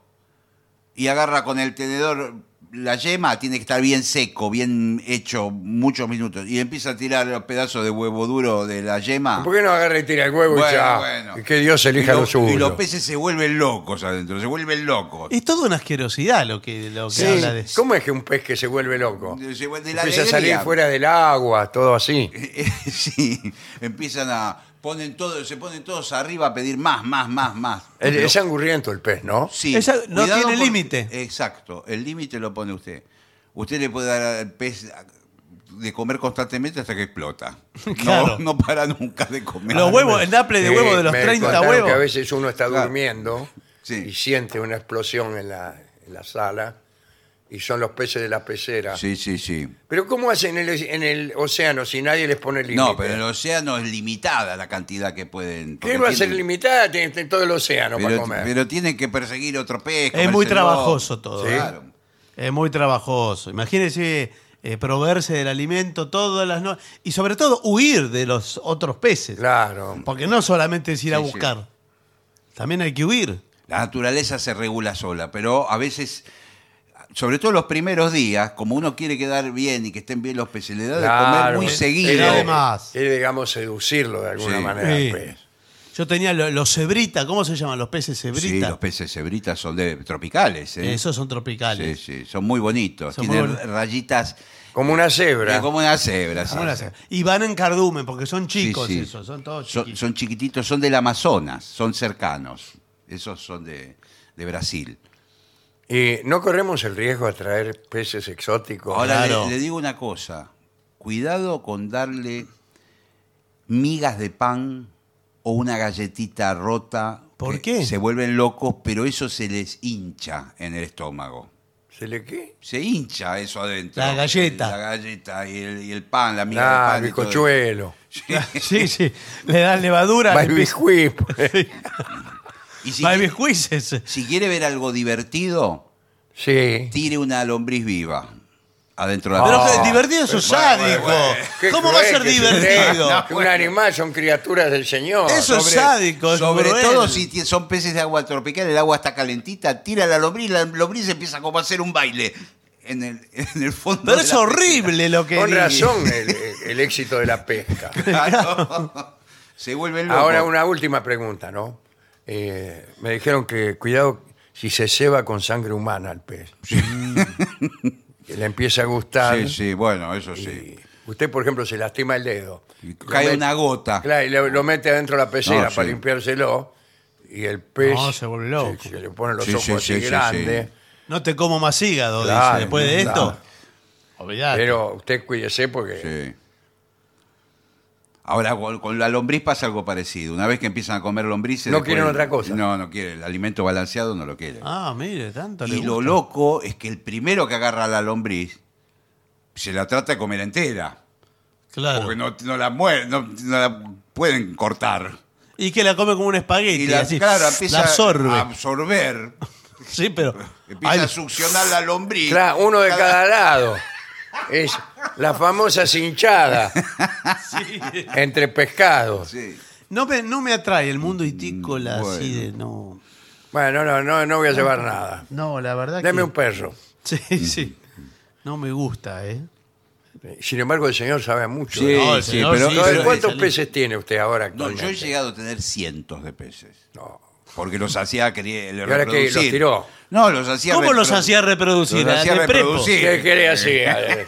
C: y agarra con el tenedor la yema, tiene que estar bien seco, bien hecho muchos minutos. Y empieza a tirar los pedazos de huevo duro de la yema.
A: ¿Por qué no agarra y tira el huevo y ya? Y que Dios elija
C: Ah. Y
A: lo,
C: lo-
A: suyo.
C: Y los peces se vuelven locos adentro, se vuelven locos.
B: Es toda una asquerosidad lo que, lo que
A: Sí.
B: habla de
A: ¿Cómo es que un pez que se vuelve loco?
C: Se vuelve de la
A: Empieza a salir
C: alegría.
A: fuera del agua, todo así.
C: <laughs> sí, empiezan a ponen todo, se ponen todos arriba a pedir más, más, más, más.
A: El-
C: Pero-
A: es angurriento el pez, ¿no?
C: sí,
B: Esa- no
C: cuidado
B: tiene
C: porque-
B: límite.
C: Exacto, el límite lo pone usted. Usted le puede dar al pez de comer constantemente hasta que explota.
B: <laughs> Claro.
C: No, no para nunca de comer.
B: Los
C: <laughs>
B: huevos, el naple de
A: Sí,
B: huevo de los
A: me
B: 30
A: contaron
B: huevos.
A: Que a veces uno está
C: Claro.
A: durmiendo
C: Sí.
A: y siente una explosión en la, en la sala y son los peces de la pecera.
C: Sí, sí, sí.
A: Pero ¿cómo hacen en el, en el océano si nadie les pone límite?
C: No, pero el océano es limitada la cantidad que pueden.
A: ¿Qué
C: porque
A: va a ser
C: tienen-
A: limitada? Tienen tienen todo el océano para
C: Pero,
A: comer.
C: pero tienen que perseguir otro pez.
B: Es muy
C: comérselo.
B: trabajoso todo. ¿eh?
A: Sí.
C: Claro.
B: Es muy trabajoso. Imagínese eh, proveerse del alimento todas las noches. Y sobre todo huir de los otros peces.
A: Claro.
B: Porque no solamente es ir a
C: Sí, sí.
B: buscar. También hay que huir.
C: La naturaleza se regula sola, pero a veces, sobre todo los primeros días, como uno quiere quedar bien y que estén bien los peces, le da de comer
A: Claro.
C: muy
A: Pero-
C: seguido.
B: pero además-
A: Quiere, digamos, seducirlo de alguna
C: Sí.
A: manera pues.
B: Sí.
A: al pez.
B: Yo tenía lo- los cebrita. ¿Cómo se llaman los peces cebrita?
C: Sí, los peces cebritas son de, tropicales. ¿eh?
B: Esos son
C: sí,
B: tropicales.
C: sí, son muy bonitos.
B: Son muy
C: Tienen
B: bonitos.
C: rayitas
A: Como una cebra.
C: eh, como una cebra. sí.
B: ¿Cómo las- Y van en cardumen porque son
C: Sí,
B: chicos
C: sí.
B: esos. Son todos <laughs>
C: Son-
B: chiquitos.
C: son chiquititos, son del Amazonas, son cercanos. Esos son de, de Brasil.
A: ¿Y no corremos el riesgo de traer peces exóticos?
C: Ahora le-
B: Claro.
C: le, digo una cosa. Cuidado con darle migas de pan o una galletita rota.
B: ¿Por
C: que
B: qué?
C: Se vuelven locos, pero eso se les hincha en el estómago.
A: ¿Se le qué?
C: Se hincha eso adentro.
B: La galleta.
C: La galleta y el, y el pan, la miga
A: Ah,
C: de pan. y todo eso.
A: bizcochuelo.
B: Sí, sí. Le dan levadura.
A: By
B: le pican-
A: Biscuit.
C: Y si,
B: By biscuits, ese.
C: si quiere ver algo divertido,
A: Sí.
C: tire una lombriz viva adentro de la
B: Pero
C: pieza.
B: que divertido eso es
C: Ah. Bueno, bueno,
B: sádico.
C: bueno.
A: Qué
B: ¿Cómo va a
A: cruel
B: ser
A: que es usted.
B: divertido?
A: No, que un animal son criaturas del Señor.
B: Eso es sádico, es
C: sobre
B: cruel.
C: todo si ti- son peces de agua tropical, el agua está calentita, tira la lombriz, la lombriz empieza como a hacer un baile en el, <laughs> en el fondo.
B: Pero
C: de
B: es
C: la
B: horrible lo que
A: Con
B: dice.
A: razón el, el éxito de la pesca.
C: piscina. <laughs> Claro. Se vuelve loco.
A: Ahora una última pregunta, ¿no? Eh, me dijeron que cuidado si se ceba con sangre humana al pez. <laughs> que le empieza a gustar.
C: Sí, sí, bueno, eso sí.
A: y Usted, por ejemplo, se lastima el dedo.
C: Y
A: Lo
C: cae
A: met-
C: una gota.
A: Claro, y lo, lo mete adentro de la pecera
C: No, sí.
A: para limpiárselo. Y el pez.
B: No, se vuelve loco.
A: Se, se le ponen los
C: Sí,
A: ojos
C: sí,
A: así
C: sí, sí,
A: grandes.
C: sí.
B: No te como más hígado,
A: Claro,
B: dice. Después de
A: claro.
B: esto. Olvidate.
A: Pero usted cuídese porque.
C: Sí. Ahora con, con la lombriz pasa algo parecido. Una vez que empiezan a comer lombrices.
A: No
C: después-
A: quieren otra cosa.
C: No, no quieren. El alimento balanceado no lo quieren.
B: Ah, mire, tanto le
C: Y lo
B: gusta.
C: loco es que el primero que agarra la lombriz se la trata de comer entera.
B: Claro.
C: Porque no, no la muer- no- no la pueden cortar.
B: Y que la come como un espagueti.
C: Y la,
B: así.
C: claro, empieza
B: La absorbe.
C: a absorber.
B: Sí, pero.
C: Empieza
B: Ay,
C: a succionar la lombriz.
A: Claro, uno de cada lado. Es la famosa cinchada
B: <laughs> sí.
A: entre pescados.
C: Sí.
B: no, me, no me atrae el mundo itícola así
C: bueno.
B: de. No,
A: Bueno, no, no, no voy a llevar nada.
B: no la verdad
A: Deme
B: que.
A: un perro.
B: Sí, sí. No me gusta, ¿eh?
A: Sin embargo, el señor sabe mucho.
C: Sí,
A: ¿no?
B: No, el
C: sí,
B: señor
C: pero-
B: sí,
A: Entonces,
B: pero-
A: ¿Cuántos
B: sí.
A: peces tiene usted ahora?
C: No, yo he
A: actualmente?
C: llegado a tener cientos de peces.
A: No.
C: Porque los hacía quería
A: Y ahora que los
C: reproducir.
A: tiró.
C: No, los hacía
B: ¿Cómo los
C: reprodu-
B: hacía reproducir?
C: Los
B: Ah,
C: hacía
B: de prepo.
C: reproducir.
A: ¿Qué quiere
B: <laughs>
A: así? Eh,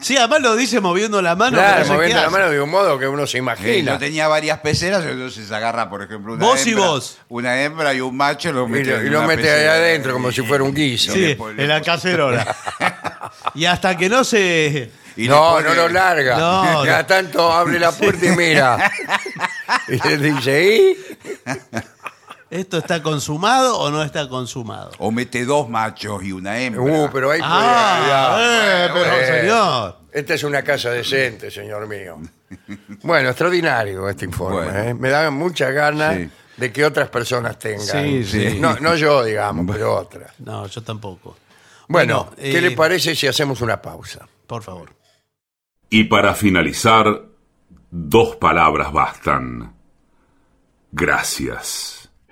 B: Sí, además lo dice moviendo la mano. pero
A: Claro,
B: no sé
A: moviendo
B: qué
A: la
B: hace.
A: mano de un modo que uno se
C: Eh, yo
A: imagina.
C: tenía varias peceras, entonces agarra, por ejemplo, una
B: Vos y
C: hembra,
B: vos.
C: una hembra y un macho y los
A: Y
C: mete,
A: lo,
C: en
A: y lo
C: una
A: mete ahí
C: pecera.
A: adentro como si fuera un guiso.
B: Sí,
C: después-
B: en la cacerola.
C: <laughs>
B: y hasta que no se.
C: Y le
A: no,
C: pone-
A: no lo larga. <laughs>
B: No,
A: Cada
B: no.
A: tanto abre la puerta y
B: <laughs>
A: mira. <laughs> y le dice, ¿y?
B: ¿Esto está consumado o no está consumado?
C: O mete dos machos y una hembra.
A: Uh, pero ahí
B: ah, eh,
A: podría-
B: pero
A: Eh,
B: señor.
A: Esta es una casa decente, señor mío. Bueno, extraordinario este informe.
C: Bueno.
A: ¿eh? Me da muchas ganas
C: Sí.
A: de que otras personas tengan.
B: Sí, sí.
A: No, no yo, digamos, pero otras.
B: No, yo tampoco.
A: Bueno,
B: Bueno,
A: ¿qué
B: eh,
A: le parece si hacemos una pausa?
B: Por favor.
D: Y para finalizar, dos palabras bastan. Gracias.